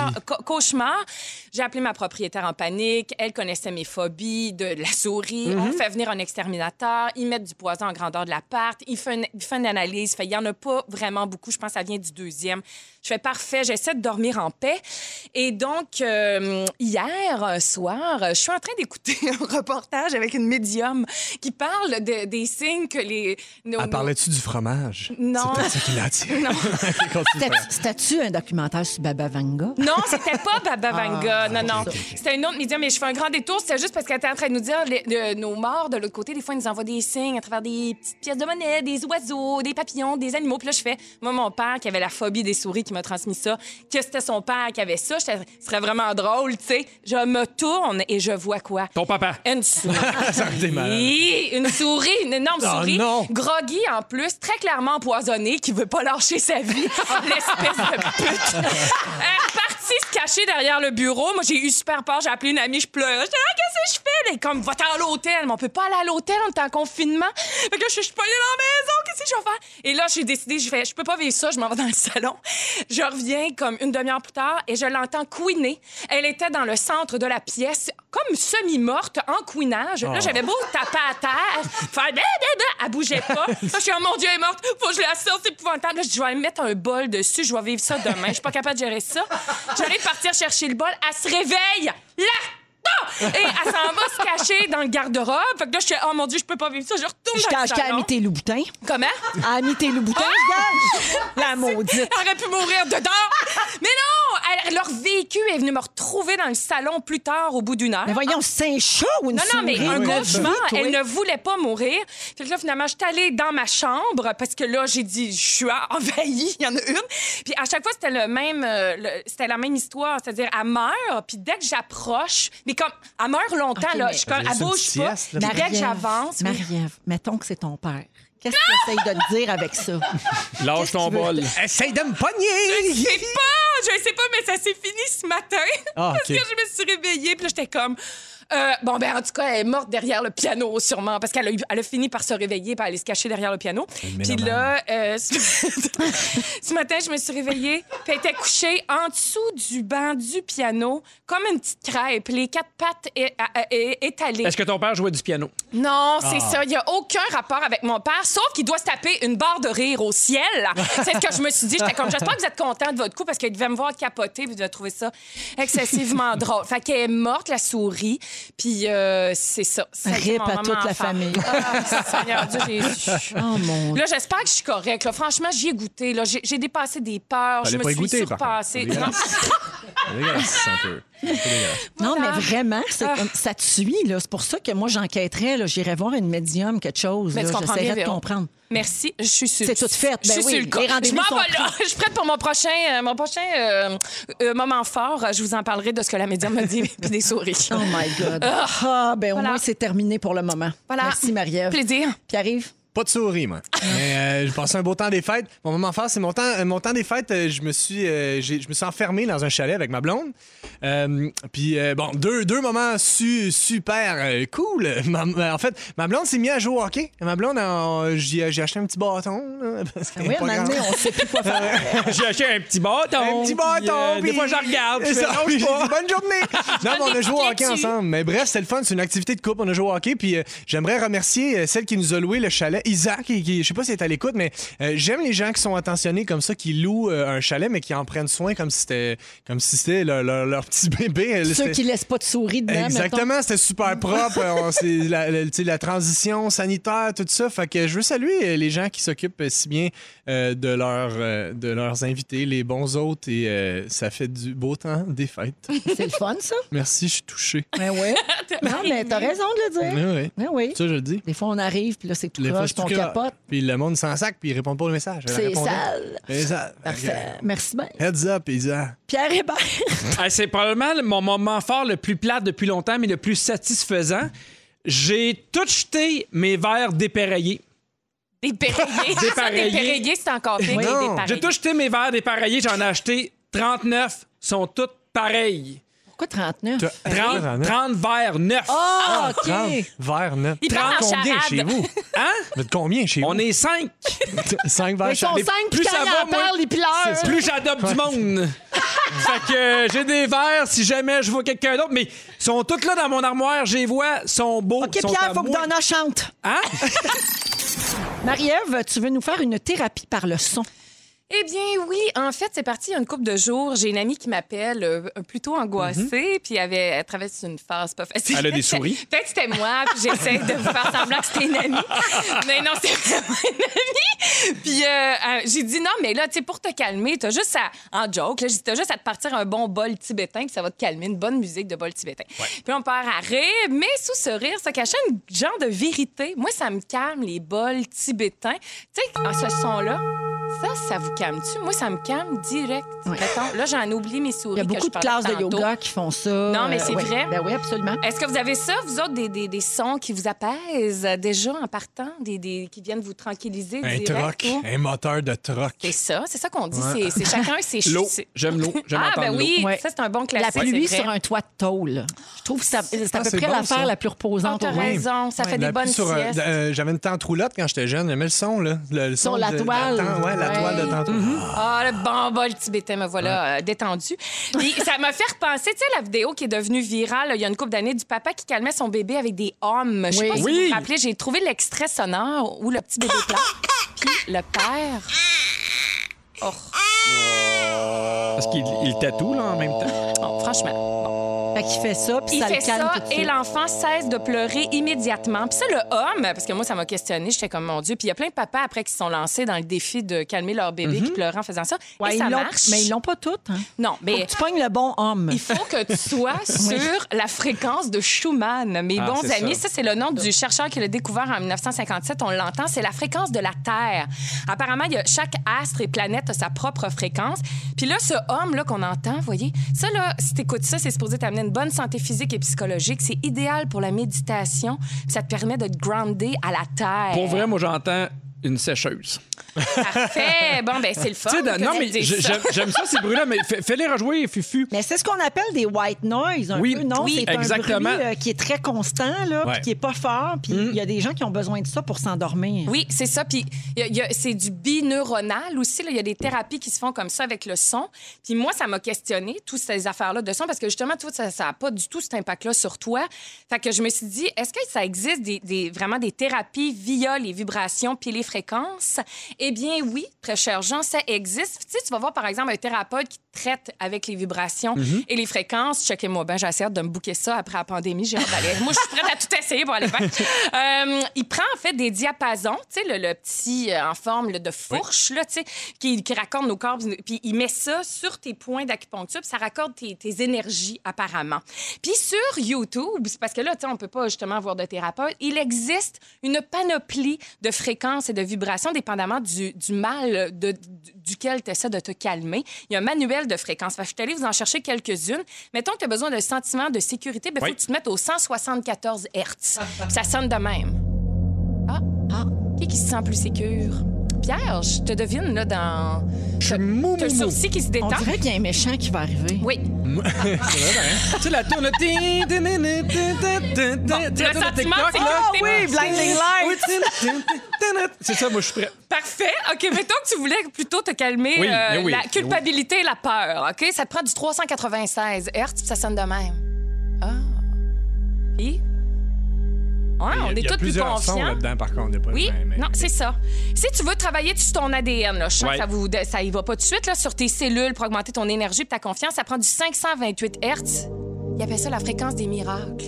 suivi.
co- cauchemar. J'ai appelé ma propriétaire en panique. Elle connaissait mes phobies de la souris. On fait venir un exterminateur. Ils mettent du poison en grandeur de l'appart. Il fait une, il fait une analyse. Fait, Il n'y en a pas vraiment beaucoup. Je pense que ça vient du deuxième. Je fais parfait. J'essaie de dormir en paix. Et donc, euh, hier euh, soir, euh, je suis en train d'écouter un reportage avec une médium qui parle de- des signes que les... nos-
Elle parlait-tu du fromage?
Non.
C'est ça qu'il a dit. Non.
C'était- C'était-tu un documentaire sur Baba Vanga?
Non, c'était pas Baba Vanga. non, non. C'était une autre médium, mais je fais un grand détour. C'était juste parce qu'elle était en train de nous dire les- le- nos morts de l'autre côté, des fois, ils nous envoient des signes à travers des petites pièces de monnaie, des oiseaux, des papillons, des animaux. Puis là, je fais, moi, mon père qui avait la phobie des souris qui m'a transmis ça, que c'était son père qui avait ça, j'étais- ce serait vraiment drôle, tu sais. Je me tourne et je vois quoi?
Ton papa.
Une souris.
été malade.
Oui, une souris, une énorme
Oh
souris.
non.
Groggy en plus, très clairement empoisonnée, qui veut pas lâcher sa vie. L'espèce de pute. Elle est partie se cacher derrière le bureau. Moi, j'ai eu super peur. J'ai appelé une amie, je pleurais. Je dis, ah, qu'est-ce que je fais? Elle est comme, va-t'en à l'hôtel. Mais on peut pas aller à l'hôtel, on est en confinement. Fait que là, je suis- je suis pas allée dans la maison. Qu'est-ce que je vais faire? Et là, j'ai décidé, je fais, je peux pas vivre ça. Je m'en vais dans le salon. Je reviens comme une demi-heure plus tard et je l'entends couiner. Elle était dans le centre de la pièce, comme semi-morte, en couinage. Là, j'avais beau taper à terre, faire da, da, da, elle bougeait pas. Je suis, oh mon Dieu, elle est morte, faut que je la sorte, c'est épouvantable. Là, je dis, je vais aller mettre un bol dessus, je vais vivre ça demain. Je suis pas capable de gérer ça. J'allais partir chercher le bol, elle se réveille, là! non! Et elle s'en va se cacher dans le garde-robe. Fait que là, je suis, oh mon Dieu, je peux pas vivre ça. Je retourne
Je t'ai
dans le
acheté à
salon.
Amité Louboutin. Ah!
Comment?
À Amité Louboutin, je gage. La maudite.
Elle aurait pu mourir dedans. Mais non! Elle- leur vécu est venu me retrouver dans le salon plus tard, au bout d'une heure.
Mais voyons, c'est un chat ou une
Non, non, mais
souris?
un
Une
cauchemar.
vie, toi.
Elle ne voulait pas mourir. Fait que là, finalement, je suis allée dans ma chambre parce que là, j'ai dit, je suis envahie. Il y en a une. Puis à chaque fois, c'était le même, euh, le- c'était la même histoire. C'est-à-dire, elle meurt, puis dès que j'approche, mais comme, elle meurt longtemps,
Ok,
là.
mais-
Je suis comme,
Juste
elle
une
bouge pas.
sieste,
Puis dès
là.
que
Marie-Ève,
j'avance, oui.
Marie-Ève, mettons que c'est ton père. Qu'est-ce que tu de dire avec ça?
Lâche ton
tu veux?
bol.
Essaye de me
Je
pogner!
sais pas, je sais pas, mais ça s'est fini ce matin.
Ah,
Parce
ok.
que je me suis réveillée, puis là, j'étais comme, Euh, bon, ben, en tout cas, elle est morte derrière le piano, sûrement, parce qu'elle a, eu- elle a fini par se réveiller, par aller se cacher derrière le piano. Puis là, euh, ce... ce matin, je me suis réveillée, puis elle était couchée en dessous du banc du piano, comme une petite crêpe, les quatre pattes é- à- à- é- étalées.
Est-ce que ton père jouait du piano?
Non, c'est ça. Il n'y a aucun rapport avec mon père, sauf qu'il doit se taper une barre de rire au ciel. c'est ce que je me suis dit. J'étais comme, j'espère que vous êtes content de votre coup parce qu'il devait me voir capoter puis il devait trouver ça excessivement drôle. Fait qu'elle est morte, la souris. Puis euh, c'est ça. Ça a été
Rip
mon
à
moment
toute la
enfant.
famille.
Ah, Seigneur Dieu Jésus.
Oh mon
Là, j'espère que je suis correcte. là. Franchement, j'y ai goûté. là. J'ai j'ai dépassé des peurs. Je
Fallait
me
pas y
suis
goûter, par contre.
surpassée.
C'est dégueulasse. C'est dégueulasse, un peu. C'est dégueulasse.
Non, mais
Voilà.
vraiment, c'est
Ah.
comme- ça te suit. là. C'est pour ça que moi, j'enquêterais. là. J'irais voir une médium, quelque chose.
Mais
là.
tu comprends
J'essaierais
bien,
de
Véro.
comprendre.
Merci, je suis sur.
C'est tout fait,
Je
ben
suis
oui,
sur le
les
coup. Je
rendez-vous
m'en
sont
vais là. Je suis prête pour mon prochain, euh, mon prochain euh, euh, moment fort. Je vous en parlerai de ce que la médium m'a dit puis des souris.
Oh my God. Ah, ben au
Voilà.
moins, c'est terminé pour le moment.
Voilà.
Merci, Marie-Ève.
Plaisir.
Pierre-Yves?
Pas de souris, moi. Mais euh, j'ai passé un beau temps des fêtes. Mon moment fort, c'est mon temps, euh, mon temps des fêtes. euh, je me suis, euh, j'ai- je me suis enfermé dans un chalet avec ma blonde. Euh, puis euh, bon, deux, deux moments su- super euh, cool. Ma- ma- en fait, ma blonde s'est mise à jouer au hockey. Ma blonde, euh, j'y ai- j'ai acheté un petit bâton. là, parce
Ben
qu'elle
Oui,
est
à un
pas
moment donné,
grande.
on sait plus quoi faire.
J'ai acheté un petit bâton.
Un
puis,
petit bâton.
euh,
puis-
Des fois, je regarde. je
Et
fais,
ça,
non,
puis
je
j'ai
sais pas.
dit, bonne journée. non, mais on a joué au hockey
piquets dessus.
ensemble. Mais bref, c'est le fun. C'est une activité de couple. On a joué au hockey. Puis euh, j'aimerais remercier euh, celle qui nous a loué le chalet, Isaac. Qui, qui- je sais pas si elle est à l'écoute, mais euh, j'aime les gens qui sont attentionnés comme ça, qui louent euh, un chalet, mais qui en prennent soin comme si c'était comme si c'était leur, leur- leur petit bébé. Euh,
Ceux
c'était-
qui laissent pas de souris dedans. Ben, mettons.
Eh, Exactement, c'était super propre. Euh, on- c'est la, la- tu sais, la transition sanitaire, tout ça. Fait que je veux saluer euh, les gens qui s'occupent euh, si bien euh, de, leur, euh, de leurs invités, les bons hôtes, et euh, ça fait du beau temps des fêtes.
C'est le fun, ça?
Merci, je suis touché.
Ben oui. non, mais t'as raison de le
Oui,
dire.
oui.
Ben oui.
Ça, je le dis.
Des fois, on arrive, puis là, c'est tout
Les fois,
proche,
c'est
puis on
tout cas-
capote.
Puis le monde s'en sac, puis ils répondent pas au message. Elle
C'est
répondait.
sale.
C'est sale.
Parfait. Merci bien.
Heads up, Isa.
Pierre Hébert.
Ah, c'est probablement le- mon moment fort le plus plate depuis longtemps, mais le plus satisfaisant. J'ai tout jeté mes verres dépareillés.
Des pérégués.
Dépareillés.
Des pérégués, c'est encore pire. que des
Non.
dépareillés.
J'ai tout jeté mes verres dépareillés. J'en ai acheté 39. sont toutes pareilles.
Pourquoi 39?
Tu as
30, 30 verres neufs.
Ah, OK.
30 verres neufs.
Ils partent en
combien
charade.
chez vous?
Hein?
Vous êtes combien chez
On
vous?
est 5.
5
Mais
verres
Ils sont
chacun.
Mais
cinq, puis
plus
quand
ça
ils
va,
en
moins-
parlent, ils pleurent.
Plus j'adopte du monde. fait que euh, j'ai des verres si jamais je vois quelqu'un d'autre, mais ils sont toutes là dans mon armoire, je les vois, sont beaux.
OK,
sont
Pierre,
à
faut que
moi.
Donna chante.
Hein?
Marie-Ève, tu veux nous faire une thérapie par le son.
Eh bien oui, en fait, c'est parti il y a une couple de jours. J'ai une amie qui m'appelle, euh, plutôt angoissée, puis elle, avait, elle traverse une phase pas facile.
Mhm. Elle a des souris.
Peut-être que c'était moi, puis j'essaie de vous faire semblant que c'était une amie. Mais non, c'est vraiment une amie. Puis euh, euh, j'ai dit non, mais là, tu sais, pour te calmer, t'as juste à, en joke, là, j'ai dit, t'as juste à te partir un bon bol tibétain, puis ça va te calmer, une bonne musique de bol tibétain. Puis là, on part à rire, mais sous ce rire se cachait une genre de vérité. Moi, ça me calme, les bols tibétains. Tu sais, en ce son-là, ça, ça vous calme-tu? Moi, ça me calme direct.
Ouais.
Mettons, là, j'en oublie mes souris.
Il y a
que
beaucoup
je
de classes de
parlais tantôt.
yoga qui font ça.
Non, mais
Euh,
c'est
ouais.
vrai.
Ben oui, absolument.
Est-ce que vous avez ça, vous autres, des, des, des sons qui vous apaisent euh, déjà en partant, des, des, qui viennent vous tranquilliser
Un
direct?
troc,
oh.
ou-
un moteur de troc.
C'est ça, c'est ça qu'on dit. c'est- C'est chacun ses
L'eau.
c'est-
J'aime l'eau. J'aime
Ah,
entendre
ben
l'eau.
oui,
Ouais.
ça, c'est un bon
La
classique.
pluie
c'est vrai. Ah,
sur un toit de tôle. Je trouve que ça- c'est Ah, à
Ah,
peu
c'est
près
bon,
l'affaire
ça.
la plus
Non,
reposante
t'as
au monde.
raison, ça fait
La
des bonnes
pluie sur un-
siestres.
euh, j'avais une tente roulotte quand j'étais jeune. J'aimais le son, là. Le, le son
Sur la
de-
toile.
tente- ouais,
Ouais.
la
Mm-hmm.
toile de tantôt.
Ah, le bon bol tibétain, me voilà euh, détendu. Puis ça m'a fait repenser, tu sais, la vidéo qui est devenue virale là, il y a une couple d'années du papa qui calmait son bébé avec des hommes. Je sais
Oui.
pas si
Oui.
vous vous rappelez, j'ai trouvé l'extrait sonore où le petit bébé pleure. Puis le père. Oh,
Parce qu'il il tatoue, là, en même
Ben.
temps.
bon, oh, franchement.
Fait qu'il fait ça, puis
Il
ça
fait
le calme
ça
tout de
et
suite.
l'enfant cesse de pleurer immédiatement. Puis ça, le homme, parce que moi, ça m'a questionné, j'étais comme mon Dieu. Puis il y a plein de papas après qui se sont lancés dans le défi de calmer leur bébé qui pleurait en faisant ça.
Mhm. Ouais,
et
ils
ça
l'ont-
marche.
Mais ils l'ont pas toutes. Hein.
Non, mais.
Faut que tu pognes le bon homme.
Il faut que tu sois sur la fréquence de Schumann. Mes
Ah,
bons
c'est
amis,
ça.
ça, c'est le nom du chercheur qui l'a découvert en 1957. On l'entend, c'est la fréquence de la Terre. Apparemment, il y a- chaque astre et planète a sa propre fréquence. Puis là, ce homme-là qu'on entend, voyez, ça, là, si t'écoutes ça, c'est supposé t'amener une bonne santé physique et psychologique. C'est idéal pour la méditation. Ça te permet de te grounder à la Terre.
Pour vrai, moi, j'entends une sécheuse.
Parfait. Bon, ben, c'est le fun.
Tu sais,
que
non,
tu
mais
dises
je-
ça.
j'aime j'aime ça, ces bruits-là, mais fais- fais-les rejouer, Fufu.
Mais c'est ce qu'on appelle des white noise, un
Oui.
peu, non?
Oui,
c'est
exactement.
un bruit euh, qui est très constant, là,
Ouais. Mm.
puis qui est pas fort, puis il y a des gens qui ont besoin de ça pour s'endormir.
Oui, c'est ça. Puis il y a- il y a- c'est du bineuronal aussi. là. Il y a des thérapies qui se font comme ça avec le son. Puis moi, ça m'a questionné, toutes ces affaires-là de son, parce que justement, tu vois, ça- ça n'a pas du tout cet impact-là sur toi. Fait que je me suis dit, est-ce que ça existe des, des- vraiment des thérapies via les vibrations puis les fréquences? Eh bien, oui, très cher Jean, ça existe. Tu sais, tu vas voir, par exemple, un thérapeute qui traite avec les vibrations et les fréquences. Checkez-moi, ben, j'essaie de me bouquer ça après la pandémie. J'ai hâte d'aller. Moi, je suis prête à tout essayer pour aller faire. Euh, il prend, en fait, des diapasons, tu sais, le, le petit euh, en forme là, de fourche, là, tu sais, qui, qui raccorde nos corps. Puis il met ça sur tes points d'acupuncture, puis ça raccorde tes, tes énergies, apparemment. Puis sur YouTube, c'est parce que là, tu sais, on peut pas justement avoir de thérapeute, il existe une panoplie de fréquences et de vibrations, dépendamment du, du mal de, du- duquel tu essaies de te calmer. Il y a un manuel de fréquences. Fait que je suis allée vous en chercher quelques-unes. Mettons que tu as besoin d'un sentiment de sécurité, il
Oui.
faut que tu te mettes au 174 Hertz. ça sonne de même. Ah, ah, qui, qui se sent plus sécure? Pierre, je te devine, là, dans...
Je suis mou,
T'as le
mou, mou.
sourcil qui se
On
détend.
dirait qu'il y a un méchant qui va arriver.
Oui.
Tu sais, la tourne.
le sentiment,
Le
c'est
Ah
que t'es-
Blinding Light. C'est ça, moi, je suis prêt.
Parfait. OK, mettons que tu voulais plutôt te calmer
Oui,
euh,
mais oui,
la
mais
culpabilité et la peur, OK? Ça te prend du 396 Hertz, puis ça sonne de même. Ah. Puis? Ouais, on
Il y
est
a
tous plus
plusieurs sons
confiants.
Ben,
là-dedans, par contre. il y a pas-
Euh,
Oui,
mais- mais-
non, c'est ça. Si tu veux travailler sur ton ADN, là, je sens
Ouais.
que ça, vous, ça y va pas tout de suite, là, sur tes cellules pour augmenter ton énergie et ta confiance, ça prend du 528 Hertz. Il appelle ça la fréquence des miracles.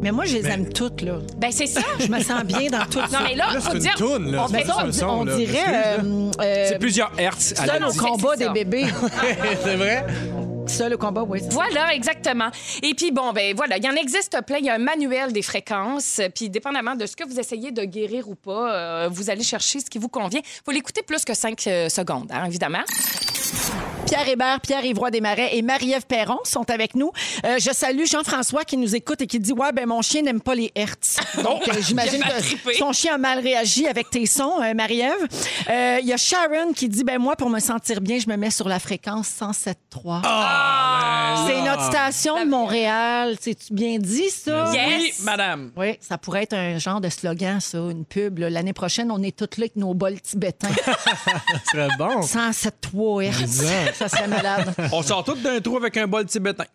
Mais moi, je les aime toutes, là.
Ben, c'est ça.
Je me sens bien dans Ben, toutes.
non, mais là,
Là,
faut
c'est une
dire.
toune, là.
on fait-
C'est
on,
un son,
on
là.
dirait... euh, euh,
C'est plusieurs hertz. à
Seul
la
au
dit.
combat
C'est
des
ça.
bébés.
C'est vrai?
Seul au combat, oui.
Voilà, exactement. Et puis, bon, ben voilà, il y en existe plein. Il y a un manuel des fréquences. Puis, dépendamment de ce que vous essayez de guérir ou pas, euh, vous allez chercher ce qui vous convient. faut l'écouter plus que 5 secondes, hein, évidemment.
Pierre Hébert, Pierre Ivroy Desmarais et Marie-Ève Perron sont avec nous. Euh, je salue Jean-François qui nous écoute et qui dit Ouais, ben mon chien n'aime pas les hertz. Donc, euh, j'imagine
Il a pas
que
trippé.
son chien a mal réagi avec tes sons, euh, Marie-Ève. Euh, Il y a Sharon qui dit Ben moi, pour me sentir bien, je me mets sur la fréquence 107.3.
Ah!
Ah,
Ah,
ben,
C'est notre station de Montréal. C'est-tu bien dit, ça?
Oui,
Yes!
madame.
Oui, ça pourrait être un genre de slogan, ça, une pub. là. L'année prochaine, on est toutes là avec nos bols tibétains.
Très bon.
107.3 hertz. Ça serait malade.
On sort tous d'un trou avec un bol tibétain.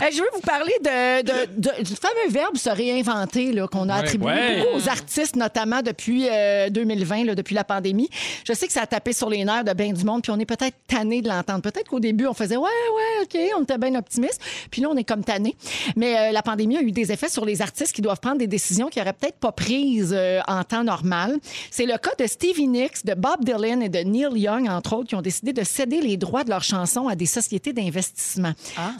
Hey, je veux vous parler de, de- de- du fameux verbe se réinventer là, qu'on a attribué
ouais.
beaucoup aux artistes, notamment depuis euh, 2020, là, depuis la pandémie. Je sais que ça a tapé sur les nerfs de bien du monde, puis on est peut-être tanné de l'entendre. Peut-être qu'au début, on faisait Ouais, ouais, OK, on était bien optimiste. Puis là, on est comme tanné. Mais euh, la pandémie a eu des effets sur les artistes qui doivent prendre des décisions qu'ils n'auraient peut-être pas prises euh, en temps normal. C'est le cas de Stevie Nicks, de Bob Dylan et de Neil Young, entre autres, qui ont décidé de céder les droits de leurs chansons à des sociétés d'investissement.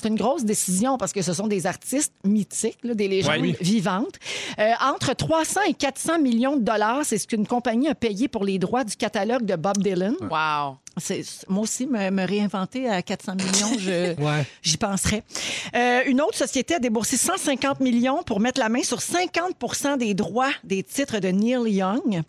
C'est une grosse décision parce que ce sont des artistes mythiques, là, des légendes
Ouais, oui.
vivantes. Euh, entre 300 et 400 millions de dollars, c'est ce qu'une compagnie a payé pour les droits du catalogue de Bob Dylan.
Wow.
C'est- moi aussi, me, me réinventer à 400 millions, je- j'y penserais. Euh, une autre société a déboursé 150 millions pour mettre la main sur 50 des droits des titres de Neil Young.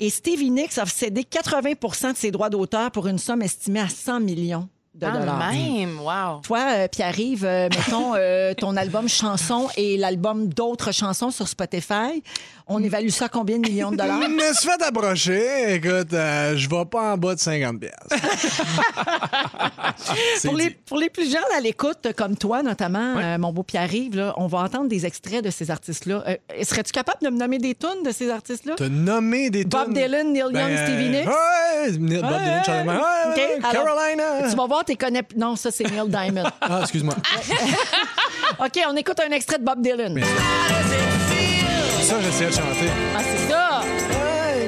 Et Stevie Nicks a cédé 80 de ses droits d'auteur pour une somme estimée à 100 millions de
Quand
dollars.
même, wow.
Toi, euh, Pierre-Yves, euh, mettons euh, ton album Chansons et l'album d'autres chansons sur Spotify. On évalue ça à combien de millions de dollars?
Je me suis fait approcher. Écoute, euh, je vais pas en bas de 50 piastres. C'est
pour, les,
dit.
pour les plus jeunes à l'écoute, euh, comme toi notamment, euh, mon beau Pierre-Yves, là, on va entendre des extraits de ces artistes-là. Euh, Serais-tu capable de me nommer des tunes de ces artistes-là?
T'as nommé des
Bob
tunes.
Dylan, Neil
Ben,
Young, Stevie Nicks?
Ouais, Neil- Bob
Ouais,
Dylan, Charlie Manson. Ouais,
OK,
ouais, ouais,
Euh, alors,
Carolina.
Tu vas voir, tu connais. Non, ça, c'est Neil Diamond.
Ah, excuse-moi.
OK, on écoute un extrait de Bob Dylan.
Mais- Ça, j'essayais de chanter.
Ah, c'est ça.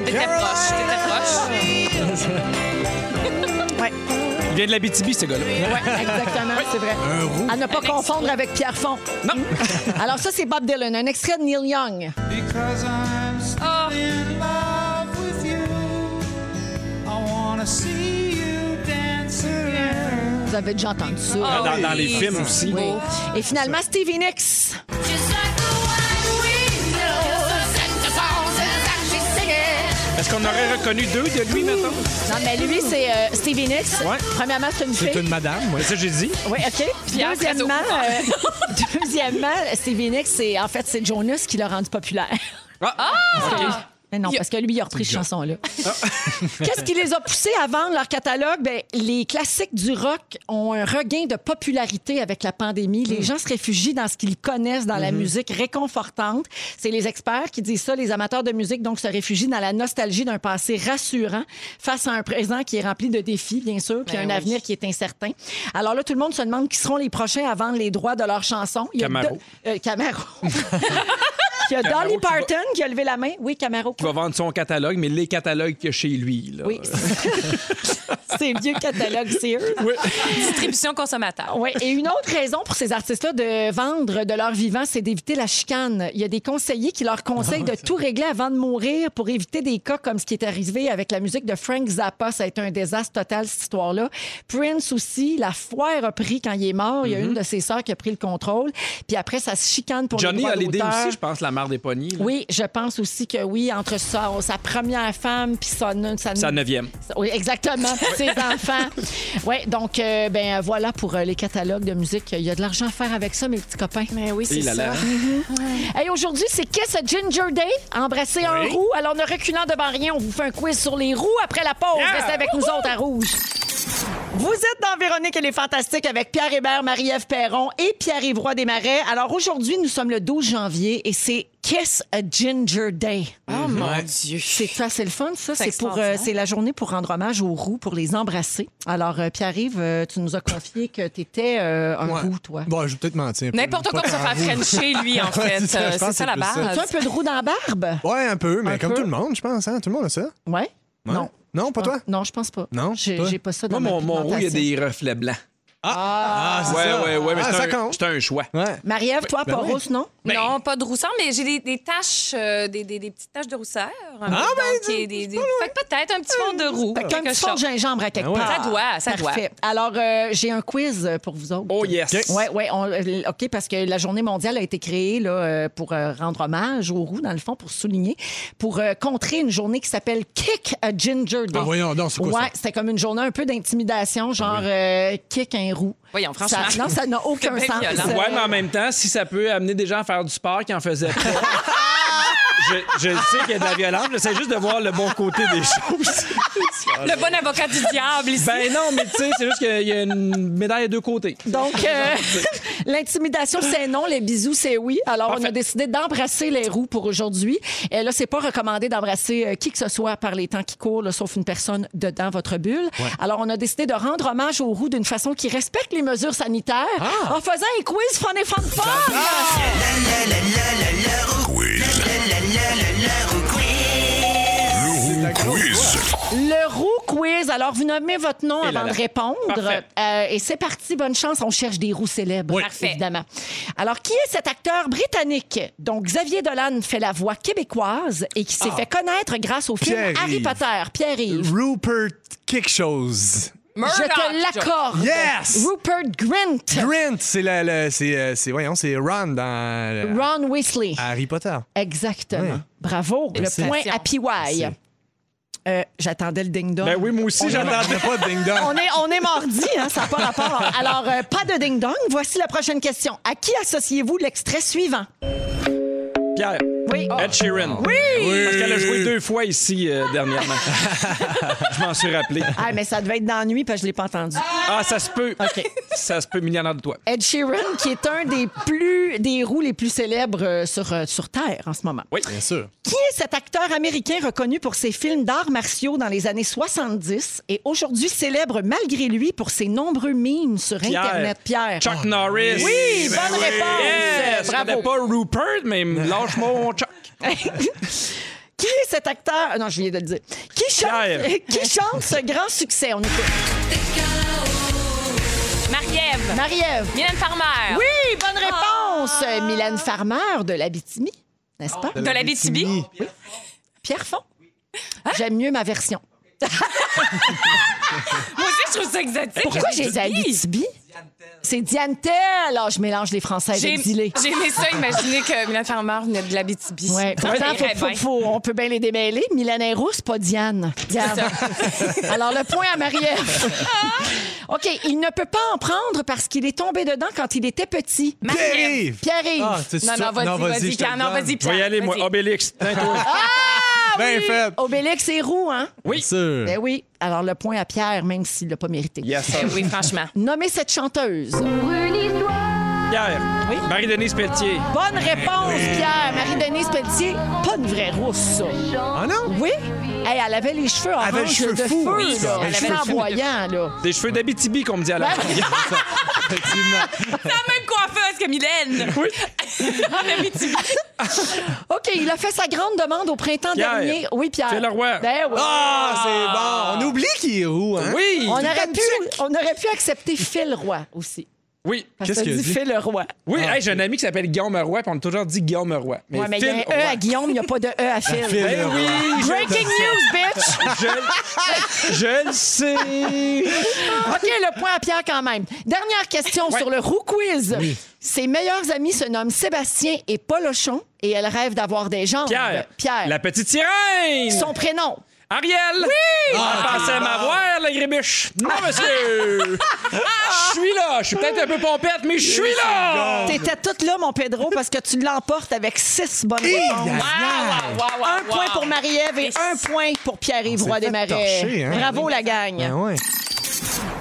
T'étais proche, t'étais proche.
Il vient de la BTB, ce gars-là.
Ouais, exactement, c'est vrai.
Un roux.
À ne pas confondre avec Pierre Font.
Non.
Alors, ça, c'est Bob Dylan, un extrait de Neil Young.
Because I'm still
Ah.
in love with you. I wanna see you dance again.
Vous avez déjà entendu ça.
Ah
Dans, dans les
oui,
films
c'est
aussi.
Oui. Ah. Et finalement, Stevie Nicks.
Just like the one we know. Just like the songs that she's
Est-ce qu'on aurait reconnu deux de lui, maintenant?
Non, mais lui, c'est euh, Stevie Nicks.
Ouais.
Premièrement, c'est une fille.
C'est une madame, ouais.
C'est ça que j'ai dit.
Oui, OK. Puis
Pierre
deuxièmement, euh, deuxièmement, Stevie Nicks, c'est, en fait, c'est Jonas qui l'a rendu populaire.
Ah.
Ah.
Mais non,
Il y a- Ah.
parce que lui, il a repris cette chanson-là. Qu'est-ce qui les a poussés à vendre leur catalogue? Ben, les classiques du rock ont un regain de popularité avec la pandémie. Les gens se réfugient dans ce qu'ils connaissent, dans la musique réconfortante. C'est les experts qui disent ça. Les amateurs de musique, donc, se réfugient dans la nostalgie d'un passé rassurant face à un présent qui est rempli de défis, bien sûr, puis
Ben
un
oui.
avenir qui est incertain. Alors là, tout le monde se demande qui seront les prochains à vendre les droits de leurs chansons. Il y a
Camaro.
deux- euh, Camaro. Il y a Dolly Parton qui a levé la main. Oui, Camaro.
Il va vendre son catalogue, mais les catalogues qu'il y a chez lui. Là.
Oui. C'est vieux catalogue Sears. Oui.
Distribution consommateur.
Ouais. Et une autre raison pour ces artistes-là de vendre de leur vivant, c'est d'éviter la chicane. Il y a des conseillers qui leur conseillent de tout régler avant de mourir pour éviter des cas comme ce qui est arrivé avec la musique de Frank Zappa. Ça a été un désastre total, cette histoire-là. Prince aussi, la foire a pris quand il est mort. Il y a une de ses sœurs qui a pris le contrôle. Puis après, ça se chicane pour
Johnny
les droits
Hallyday
d'auteur.
aussi, je pense, la mare des pognies. là.
Oui, je pense aussi que oui, entre sa, sa première femme puis sa, sa,
Sa neuvième.
oui, exactement, pour ses enfants. Oui, donc, euh, ben voilà pour euh, les catalogues de musique. Il y a de l'argent à faire avec ça, mes petits copains.
Mais oui, c'est
Et là,
ça.
là.
Hey, aujourd'hui, c'est Kiss a Ginger Day. Embrasser un roux. Alors, ne reculant devant rien, on vous fait un quiz sur les roues après la pause. Restez avec nous autres à Rouge.
Vous êtes dans Véronique et les Fantastiques avec Pierre Hébert, Marie-Ève Perron et Pierre-Yves Roy Desmarais. Alors aujourd'hui, nous sommes le 12 janvier et c'est Kiss a Ginger Day.
Oh
Mhm.
mon Dieu.
C'est ça, c'est le fun, ça.
C'est
C'est pour, euh,
extraordinaire.
c'est la journée pour rendre hommage aux roues, pour les embrasser. Alors, euh, Pierre-Yves, euh, tu nous as confié que tu étais un
Ouais.
roux, toi.
Bon, je vais peut-être mentir. un peu.
N'importe quoi
Pas
pour se
tant
faire
vous.
frencher, lui, en
Ouais,
fait.
c'est ça,
Euh,
je
C'est
pense que
ça,
c'est
la
plus ça.
base.
Tu as un peu de roux dans la barbe?
Ouais, un peu, mais
Un
comme
peu.
tout le monde, je pense. Hein? Tout le monde a ça.
Ouais.
Ouais.
Non.
Non,
Ah.
pas toi?
Ah, Non, je pense pas.
Non,
J'ai
toi?
j'ai pas ça dans
Moi,
ma
mon, mon roux, il y a
pigmentation.
des reflets blancs.
Ah, c'est
ouais,
ça.
ouais, ouais, mais
Ah, ça
c'est un,
compte.
c'est un choix.
Ouais.
Marie-Ève, toi, pas
Ben oui.
rousse, non?
Non, pas de rousseur, mais j'ai des, des taches, euh, des, des, des petites taches de rousseur. Ah, ben, des, des- Fait que peut-être un petit fond de roux.
Fait qu'un
quelque
petit fond de
chose.
gingembre à quelque
Ah ouais.
part.
Ben Ça doit, ça doit.
Parfait. Alors, euh, j'ai un quiz euh, pour vous autres.
Oh yes.
Ok.
Oui, oui. euh, OK, parce que la Journée mondiale a été créée là, euh, pour euh, rendre hommage aux roues, dans le fond, pour souligner, pour euh, contrer une journée qui s'appelle Kick a Ginger Day.
Ah, voyons donc, c'est quoi
Ouais,
ça?
c'était comme une journée un peu d'intimidation, genre euh, Kick un roux.
Voyons, franchement.
Ça- non, ça n'a aucun
C'est
sens.
bien violent.
Ouais, mais en même temps, si ça peut amener des gens à faire du sport qui en faisaient pas. Je, je sais qu'il y a de la violence, j'essaie juste de voir le bon côté des choses.
Le bon avocat du diable ici.
Ben non, mais tu sais, c'est juste qu'il y a une médaille à deux côtés.
Donc, euh,
L'intimidation, c'est non. Les bisous, c'est oui. Alors, on a décidé d'embrasser les roues pour aujourd'hui. Et là, c'est pas recommandé d'embrasser euh, qui que ce soit par les temps qui courent, là, sauf une personne dedans votre bulle. Alors, on a décidé de rendre hommage aux roues d'une façon qui respecte les mesures sanitaires
Ah.
en faisant un quiz fun et fun fun. Le roux quiz. Alors, vous nommez votre nom
là
avant
là.
de répondre.
Parfait.
Euh, et c'est parti. Bonne chance. On cherche des roues célèbres,
Parfait.
évidemment. Alors, qui est cet acteur britannique dont Xavier Dolan fait la voix québécoise et qui s'est fait connaître grâce au film
Pierre-Yves.
Harry Potter? Pierre-Yves.
Rupert quelque chose.
Je
Murdoch.
te l'accorde.
Yes!
Rupert Grint.
Grint, c'est la- le, c'est, euh, c'est- voyons, c'est Ron dans euh,
Ron Weasley.
Harry Potter.
Exactement.
Ouais.
Bravo.
Merci.
Le point à PY.
Merci.
euh, j'attendais le ding-dong.
Ben oui, moi aussi, j'attends.
J'attendais pas de Ding
On
Dong.
est, on est mardi, hein, ça n'a pas rapport. Alors, euh, pas de ding-dong. Voici la prochaine question. À qui associez-vous l'extrait suivant?
Pierre.
Oui.
Oh.
Ed Sheeran. Oui! Parce qu'elle a joué deux fois ici euh, dernièrement. je m'en suis rappelé.
Ah, mais ça devait être dans la nuit, parce que je ne l'ai pas entendu.
Ah, ça se peut.
OK.
Ça se peut, millionnaire de toi.
Ed Sheeran, qui est un des plus des roues les plus célèbres euh, sur, euh, sur Terre en ce moment.
Bien sûr.
Qui est cet acteur américain reconnu pour ses films d'arts martiaux dans les années 70 et aujourd'hui célèbre malgré lui pour ses nombreux memes sur
Pierre.
Internet? Pierre.
Chuck Norris. Ben
Oui, bonne réponse.
Yes! Je
Bravo.
connais pas Rupert, mais lâche-moi mon Chuck.
Qui est cet acteur? Non, je viens de le dire. Qui chante,
Pierre.
qui chante ce grand succès? On écoute.
Marie-Ève.
Marie-Ève.
Mylène Farmer. Ah.
Oui, bonne réponse. Mylène Farmer de l'Abitimi, n'est-ce pas?
De la BTB.
Pierre Font. J'aime mieux ma version.
Moi aussi, je trouve ça exotique.
Pourquoi j'ai les Abitibi? C'est Diane Tell. Ah, je mélange les Français
J'ai
exilés.
j'ai aimé ça, imaginer que Mylène Farmer venait de l'Abitibi.
Ouais.
Ça
Pourtant,
irait
faut-
bien.
faut- faut- on peut bien les démêler. Mylène Héroux, c'est pas Diane. Diane. Alors, le point à Marie-Ève. OK, il ne peut pas en prendre parce qu'il est tombé dedans quand il était petit.
Pierre-Yves!
Pierre-Yves.
Ah, c'est
Non,
ça.
non, vas-y, vas-y,
je te
Pierre,
le
non,
donne.
vas-y,
Je vais y
Pierre,
aller, moi.
vas-y.
Obélix. Tiens, toi.
Ah!
Bien fait.
Obélix et Roux, hein?
Oui. Sûr.
Ben oui. Alors, le point à Pierre, même s'il l'a pas mérité.
Yes, sir.
Ben oui, franchement.
Nommez cette chanteuse.
Pierre. Marie-Denise Pelletier.
Bonne réponse, Pierre. Marie-Denise Pelletier, pas une vraie rousse, ça.
Ah non?
Oui? Hey, elle avait les cheveux orange
avait les cheveux
de
fous,
feu,
oui,
là.
elle avait les cheveux
Flamboyant, là.
Des cheveux d'Abitibi qu'on me dit à la
Ben-
radio.
Effectivement.
La même coiffeuse que Mylène. Oui. en Abitibi.
OK, il a fait sa grande demande au printemps
Pierre.
dernier. Oui, Pierre.
Fais le roi.
Ben oui.
Ah, c'est bon. On oublie qu'il est roux, hein?
Oui.
On aurait, pu, on aurait pu accepter Phil Roy aussi.
Oui.
Parce
Qu'est-ce
que
qu'il a
dit
dit?
Phil Roy.
Oui, hey, j'ai un ami qui s'appelle Guillaume Roy, puis on a toujours dit Guillaume Roy. Mais,
Ouais, mais il y a un
Phil
E
Roy.
à Guillaume, il n'y a pas de E à Phil.
Phil
Ben
Roy.
oui,
Breaking news, bitch!
je, je le sais.
OK, le point à Pierre quand même. Dernière question sur le roux quiz. Ses meilleurs amis se nomment Sébastien et Polochon et elle rêve d'avoir des jambes.
Pierre. La petite sirène.
Son prénom.
Ariel. Oui. Elle pensait m'avoir, la grébiche. Non, monsieur. Je suis là. Je suis peut-être un peu pompette, mais je suis là.
T'étais toute là, mon Pedro, parce que tu l'emportes avec six bonnes réponses.
Ah, Wow, wow, wow,
Un
wow.
point pour Marie-Ève et un point pour Pierre-Yves Roy
fait
Desmarais.
torcher, hein.
Bravo, la gang.
Ben ouais.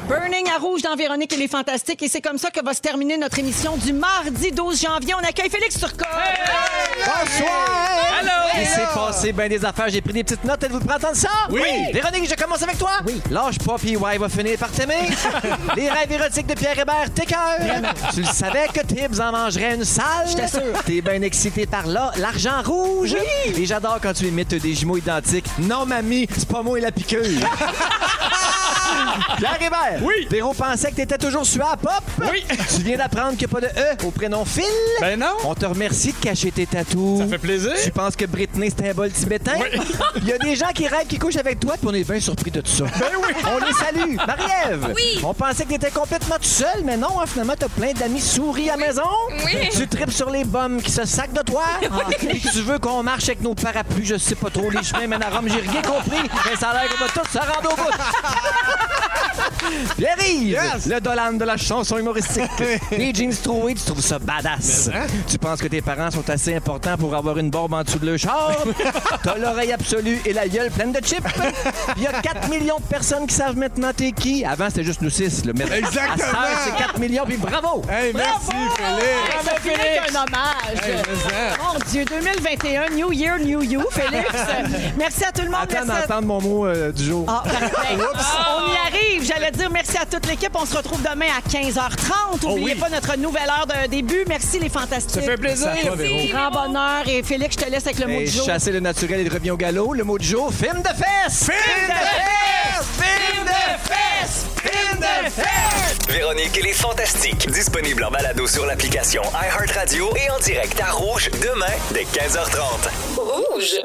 Burning à rouge dans Véronique et les Fantastiques. Et c'est comme ça que va se terminer notre émission du mardi 12 janvier. On accueille Félix Turcot.
Bonsoir!
Allô.
Il s'est passé bien des affaires. J'ai pris des petites notes. Êtes-vous prêts à entendre ça?
Oui.
Véronique, je commence avec toi. Oui. Lâche pas, puis ouais, va finir par t'aimer. les rêves érotiques de Pierre Hébert, t'es Tu le savais que Tibbs en mangerait une sale. Je t'assure. T'es bien excité par là, l'argent rouge. Oui. Et j'adore quand tu imites des jumeaux identiques. Non, mamie, c'est pas moi et la piqûre. Pierre Hébert.
Oui.
Véro pensait que t'étais toujours suave, pop.
Oui.
Tu viens d'apprendre qu'il n'y a pas de E au prénom Phil.
Ben non.
On te remercie de cacher tes tatous.
Ça fait plaisir.
Tu penses que Britney, c'est un bol tibétain?
Oui.
Il y a des gens qui rêvent qui couchent avec toi, puis on est bien surpris de tout ça. On les salue. Marie-Ève, on pensait que t'étais complètement tout seul, mais non, hein, finalement, t'as plein d'amis souris à maison.
Oui.
Tu tripes sur les bombes qui se sacent de toi. Ah, Puis Tu veux qu'on marche avec nos parapluies, je sais pas trop les chemins, mais à Rome, j'ai rien compris. Mais ça a l'air qu'on va tous se rendre au bout. Pierre-Yves, le Dolan de la chanson humoristique. les jeans troués, tu trouves ça badass. Tu penses que tes parents sont assez importants pour avoir une bombe en dessous de leur char. T'as l'oreille absolue et la gueule pleine de chips. Il y a 4 millions de personnes qui savent maintenant t'es qui. Avant, c'était juste nous 6.
Exactement.
c'est 4 millions, puis bravo!
Hey, merci, Félix.
Ça finit avec un hommage.
Hey, mais, hein.
Mon Dieu, 2021, New Year, New You, Félix. merci à tout le monde.
Attends
merci à-
d'entendre mon mot euh, du jour.
Ah, parfait. On y arrive. J'allais dire merci à toute l'équipe. On se retrouve demain à 15h30. N'oubliez pas notre nouvelle heure de début. Merci les fantastiques.
Oh Ça fait plaisir.
Grand bonheur. Et Félix, je te laisse avec le mot
Et
du jour.
chasser le naturel et il revient au galop. Le mot du jour, film de fesses! Film de fesses! Film de fesses! Film de fesses!
Véronique et les Fantastiques. Disponible en balado sur l'application iHeartRadio et en direct à Rouge demain dès 15h30.